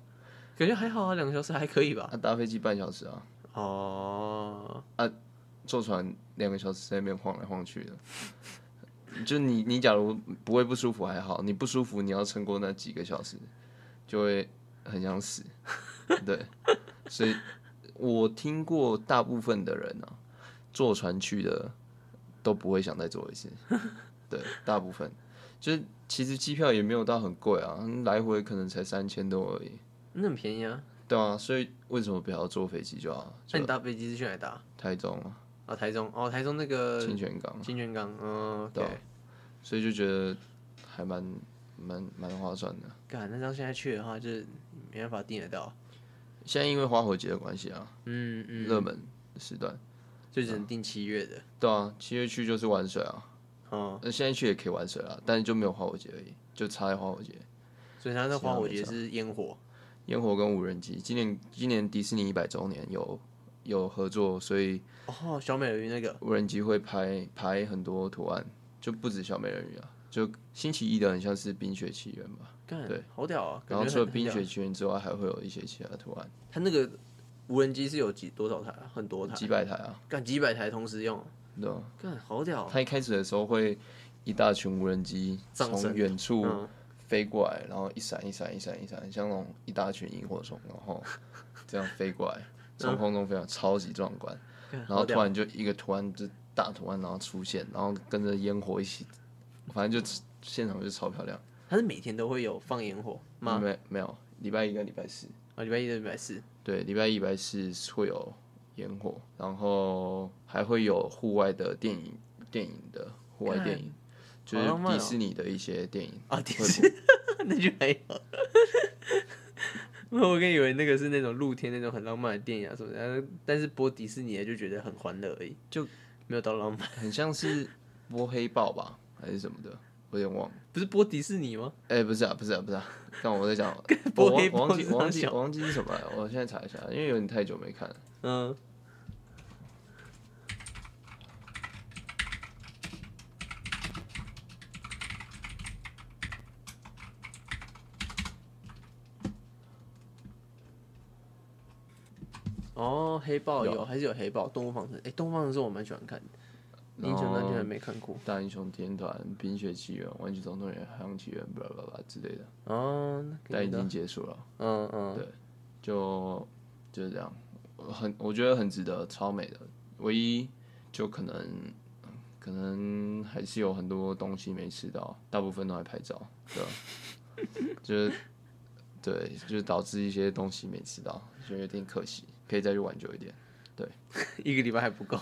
[SPEAKER 2] 感觉还好啊，两个小时还可以吧？
[SPEAKER 1] 啊，搭飞机半小时啊，
[SPEAKER 2] 哦，
[SPEAKER 1] 坐船两个小时在那边晃来晃去的。就你，你假如不会不舒服还好，你不舒服你要撑过那几个小时，就会很想死。对，所以我听过大部分的人啊，坐船去的都不会想再坐一次。对，大部分就是其实机票也没有到很贵啊，来回可能才三千多而已。
[SPEAKER 2] 那很便宜啊。
[SPEAKER 1] 对啊，所以为什么不要坐飞机就好？就
[SPEAKER 2] 那你搭飞机是去哪里搭？
[SPEAKER 1] 台中啊、
[SPEAKER 2] 啊，台中哦，台中那个
[SPEAKER 1] 清泉港。
[SPEAKER 2] 清泉港，嗯
[SPEAKER 1] 对啊
[SPEAKER 2] ，OK。
[SPEAKER 1] 所以就觉得还蛮蛮蛮划算的。
[SPEAKER 2] 干，那这样现在去的话，就是没办法订得到，
[SPEAKER 1] 现在因为花火节的关系啊，
[SPEAKER 2] 嗯嗯，
[SPEAKER 1] 热、门时段，
[SPEAKER 2] 就只能订七月的，
[SPEAKER 1] 对啊，七月去就是玩水啊，
[SPEAKER 2] 哦，
[SPEAKER 1] 那现在去也可以玩水啊，但就没有花火节而已，就差在花火节、
[SPEAKER 2] 所以它那
[SPEAKER 1] 其他
[SPEAKER 2] 花火
[SPEAKER 1] 没
[SPEAKER 2] 节
[SPEAKER 1] 差
[SPEAKER 2] 是烟火，
[SPEAKER 1] 烟火跟无人机。今年今年迪士尼一百周年有有合作，所以
[SPEAKER 2] 哦，小美人鱼那个
[SPEAKER 1] 无人机会拍拍很多图案，就不止小美人鱼啊，就星期一的很像是《冰雪奇缘》吧。
[SPEAKER 2] 干
[SPEAKER 1] 对，
[SPEAKER 2] 好屌啊！
[SPEAKER 1] 然后
[SPEAKER 2] 感觉
[SPEAKER 1] 除了《
[SPEAKER 2] 很
[SPEAKER 1] 冰，
[SPEAKER 2] 很
[SPEAKER 1] 雪奇缘》之外，还会有一些其他图案，
[SPEAKER 2] 屌它那个无人机是有几多少台啊？很多台，
[SPEAKER 1] 几百台啊，
[SPEAKER 2] 干几百台同时用，
[SPEAKER 1] 对吧？
[SPEAKER 2] 干好屌啊！
[SPEAKER 1] 他一开始的时候会一大群无人机
[SPEAKER 2] 葬身
[SPEAKER 1] 从远处
[SPEAKER 2] 嗯
[SPEAKER 1] 飞过来，然后一闪一闪一闪一闪，像那种一大群萤火虫，然后 [LAUGHS] 这样飞过来，从空中飞上，超级壮观。
[SPEAKER 2] 干
[SPEAKER 1] 然
[SPEAKER 2] 嗯好
[SPEAKER 1] 后
[SPEAKER 2] 屌
[SPEAKER 1] 突然就一个图案，就大图案，然后出现，然后跟着烟火一起，反正就现场就超漂亮。
[SPEAKER 2] 它是每天都会有放烟火吗？
[SPEAKER 1] 没没有，礼拜一跟礼拜四，
[SPEAKER 2] 啊，礼拜一到礼拜四，
[SPEAKER 1] 对，礼拜一、礼拜四会有烟火，然后还会有户外的电影，电影的户外电影，就
[SPEAKER 2] 好
[SPEAKER 1] 是
[SPEAKER 2] 浪漫哦
[SPEAKER 1] 迪士尼的一些电影
[SPEAKER 2] 啊
[SPEAKER 1] 会
[SPEAKER 2] 迪
[SPEAKER 1] 播
[SPEAKER 2] 士 [LAUGHS] 那就没有。 [LAUGHS] 我跟以为那个是那种露天那种很浪漫的电影啊什么的，然后但是播迪士尼的就觉得很欢乐而已，就没有到浪漫。
[SPEAKER 1] 很像是播黑豹吧，还是什么的，我有点忘了。
[SPEAKER 2] 不是播迪士尼吗？，
[SPEAKER 1] 哎、不是啊，不是啊，不是啊，但我在讲
[SPEAKER 2] 播
[SPEAKER 1] 我忘
[SPEAKER 2] 黑豹
[SPEAKER 1] 我忘记
[SPEAKER 2] 是
[SPEAKER 1] 我忘
[SPEAKER 2] 啥
[SPEAKER 1] 记
[SPEAKER 2] 小
[SPEAKER 1] 我忘记是什么了，我现在查一下，因为有点太久没看了。
[SPEAKER 2] 嗯，哦，黑豹有还是有黑豹，动物方程，哎、动物方程式我蛮喜欢看的，英
[SPEAKER 1] 然
[SPEAKER 2] 雄
[SPEAKER 1] 后
[SPEAKER 2] 战居然没看过。
[SPEAKER 1] 大英雄天团、冰雪奇缘、玩具总动员、海洋奇缘，巴拉巴拉之类的，
[SPEAKER 2] 哦，那
[SPEAKER 1] 但
[SPEAKER 2] 个
[SPEAKER 1] 已经结束了。
[SPEAKER 2] 嗯嗯，
[SPEAKER 1] 对就就是这样，我很我觉得很值得，超美的。唯一就可能可能还是有很多东西没吃到，大部分都在拍照，对吧， [LAUGHS] 就是对，就是导致一些东西没吃到，就有点可惜，可以再去挽救一点。
[SPEAKER 2] [LAUGHS] 一个礼拜还不够。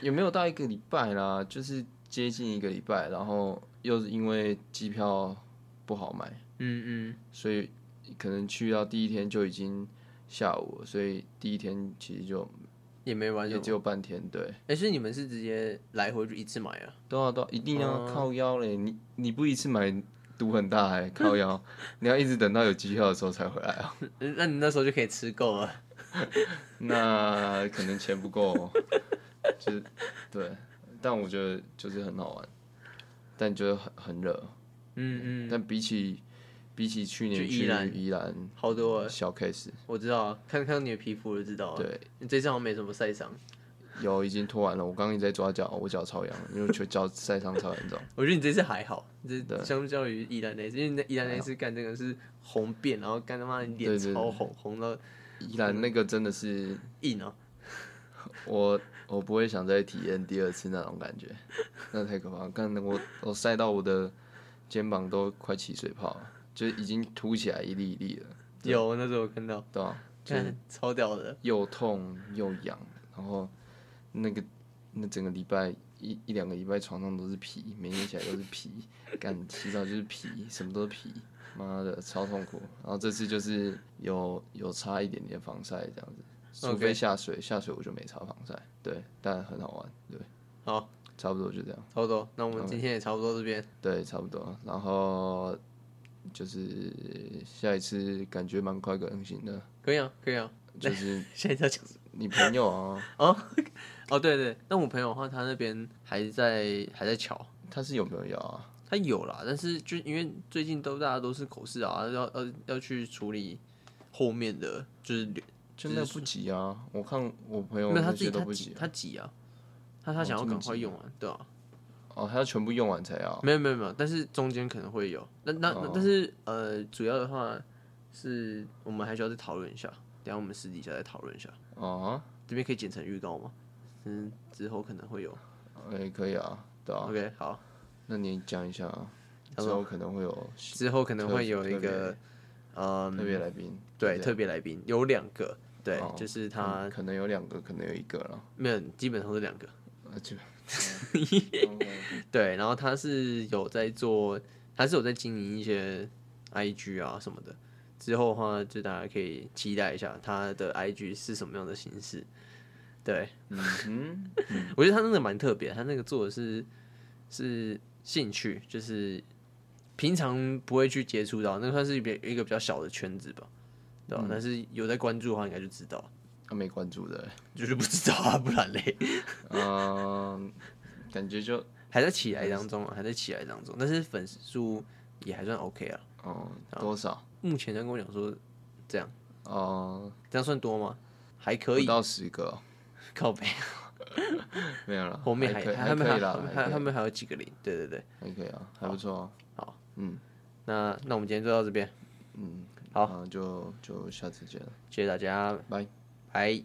[SPEAKER 1] 也没有到一个礼拜啦，就是接近一个礼拜，然后又是因为机票不好买，
[SPEAKER 2] 嗯嗯，
[SPEAKER 1] 所以可能去到第一天就已经下午了，所以第一天其实就
[SPEAKER 2] 也没玩什
[SPEAKER 1] 也
[SPEAKER 2] 么。
[SPEAKER 1] 只有半天，对，
[SPEAKER 2] 哎、所以你们是直接来回就一次买啊？
[SPEAKER 1] 对啊对啊，一定要
[SPEAKER 2] 哦
[SPEAKER 1] 靠腰嘞，你你不一次买赌很大哎、靠 [LAUGHS] 腰，你要一直等到有机票的时候才回来啊，
[SPEAKER 2] 嗯 [LAUGHS] 那你那时候就可以吃够了。
[SPEAKER 1] [LAUGHS] 那可能钱不够，哦就是对，但我觉得就是很好玩，但就是很很热，
[SPEAKER 2] 嗯嗯，
[SPEAKER 1] 但比起比起去
[SPEAKER 2] 去
[SPEAKER 1] 年
[SPEAKER 2] 宜
[SPEAKER 1] 去
[SPEAKER 2] 兰
[SPEAKER 1] 宜兰
[SPEAKER 2] 好多欸了，
[SPEAKER 1] 小 case，
[SPEAKER 2] 我知道啊，看看你的皮肤就知道了。
[SPEAKER 1] 对，
[SPEAKER 2] 你这次好像没什么晒伤，
[SPEAKER 1] 有已经脱完了，我刚刚一直在抓脚，我脚超痒，因为我觉得脚晒伤超严重。
[SPEAKER 2] 我觉得你这次还好，你这
[SPEAKER 1] 对
[SPEAKER 2] 相较于宜兰那次，因为那宜兰那次干这个是红遍，然后干他妈你脸
[SPEAKER 1] 对对对
[SPEAKER 2] 超红，红到
[SPEAKER 1] 宜兰那个真的是
[SPEAKER 2] 硬哦、
[SPEAKER 1] 我我不会想再体验第二次那种感觉，那太可怕了。看我我晒到我的肩膀都快起水泡了，就已经凸起来一粒一粒了，
[SPEAKER 2] 有那时候我看到，
[SPEAKER 1] 对吧、就是
[SPEAKER 2] 看超屌的，
[SPEAKER 1] 又痛又痒，然后那个那整个礼拜一一两个礼拜床上都是皮，每天起来都是皮， [LAUGHS] 干洗澡就是皮，什么都是皮，妈的超痛苦。然后这次就是有有擦一点点防晒这样子，除
[SPEAKER 2] OK
[SPEAKER 1] 非下水下水我就没擦防晒，对，但很好玩，对，
[SPEAKER 2] 好，
[SPEAKER 1] 差不多就这样，
[SPEAKER 2] 差不多。那我们今天也差不多这边，
[SPEAKER 1] 对，差不多。然后就是下一次感觉蛮快更新的，
[SPEAKER 2] 可以啊，可以啊。
[SPEAKER 1] 就是
[SPEAKER 2] 现在要讲
[SPEAKER 1] 你朋友啊。
[SPEAKER 2] 哦，对对，那我朋友的话，他那边还在还在瞧，
[SPEAKER 1] 他是有没有要啊？
[SPEAKER 2] 他有啦，但是就因为最近都大家都是口试啊，要要要去处理后面的，就是
[SPEAKER 1] 就那不急啊！我看我朋友
[SPEAKER 2] 没有他
[SPEAKER 1] 那
[SPEAKER 2] 自己
[SPEAKER 1] 些都
[SPEAKER 2] 他
[SPEAKER 1] 不
[SPEAKER 2] 挤
[SPEAKER 1] 急
[SPEAKER 2] 他挤啊，他他
[SPEAKER 1] 哦
[SPEAKER 2] 想要
[SPEAKER 1] 这么
[SPEAKER 2] 赶快
[SPEAKER 1] 急
[SPEAKER 2] 用完，对啊，
[SPEAKER 1] 哦，他要全部用完才要。
[SPEAKER 2] 没有没有没有，但是中间可能会有，那那、
[SPEAKER 1] 哦
[SPEAKER 2] 那但是呃，主要的话是我们还需要再讨论一下，等一下我们私底下再讨论一下，
[SPEAKER 1] 哦，
[SPEAKER 2] 这边可以剪成预告吗？嗯，之后可能会有。
[SPEAKER 1] 也、可以啊，对啊。
[SPEAKER 2] OK，好，
[SPEAKER 1] 那你讲一下啊，
[SPEAKER 2] 好
[SPEAKER 1] 之后可能会有
[SPEAKER 2] 之后可能会有一个呃，
[SPEAKER 1] 特别来宾。
[SPEAKER 2] 对
[SPEAKER 1] 这样
[SPEAKER 2] 特别来宾有两个，对，
[SPEAKER 1] 哦
[SPEAKER 2] 就是他
[SPEAKER 1] 嗯可能有两个，可能有一个了。
[SPEAKER 2] 没有，基本上是两个。
[SPEAKER 1] 啊，就
[SPEAKER 2] [LAUGHS] 对，然后他是有在做，他是有在经营一些 IG 啊什么的。之后的话，就大家可以期待一下他的 IG 是什么样的形式。对，
[SPEAKER 1] 嗯哼，
[SPEAKER 2] 我觉得他真的蛮特别，他那个做的是是兴趣，就是平常不会去接触到，那算是一个一个比较小的圈子吧，对吧？但是有在关注的话，应该就知道。
[SPEAKER 1] 他没关注的、
[SPEAKER 2] 就是不知道啊，不然嘞，
[SPEAKER 1] 嗯、 [LAUGHS] 感觉就
[SPEAKER 2] 还在起来当中啊，还在起来当中，但是粉丝数也还算 OK 啊。
[SPEAKER 1] 哦、多少
[SPEAKER 2] 目前他跟我讲说，这样
[SPEAKER 1] 哦、
[SPEAKER 2] 这样算多吗？还可
[SPEAKER 1] 不
[SPEAKER 2] 以，
[SPEAKER 1] 到十个哦、
[SPEAKER 2] 靠背
[SPEAKER 1] 没有了，
[SPEAKER 2] 后面还
[SPEAKER 1] 啊还可以
[SPEAKER 2] 还后面
[SPEAKER 1] 可以
[SPEAKER 2] 还
[SPEAKER 1] 啦，
[SPEAKER 2] 后面
[SPEAKER 1] 还
[SPEAKER 2] 还
[SPEAKER 1] 可
[SPEAKER 2] 后
[SPEAKER 1] 以
[SPEAKER 2] 面还有几个零，对对对。
[SPEAKER 1] 还可以啊，还不错、啊。
[SPEAKER 2] 好，
[SPEAKER 1] 嗯
[SPEAKER 2] 那那我们今天就到这边，
[SPEAKER 1] 嗯，
[SPEAKER 2] 好
[SPEAKER 1] 那就就下次见了，
[SPEAKER 2] 谢谢大家，
[SPEAKER 1] 拜。
[SPEAKER 2] 拜。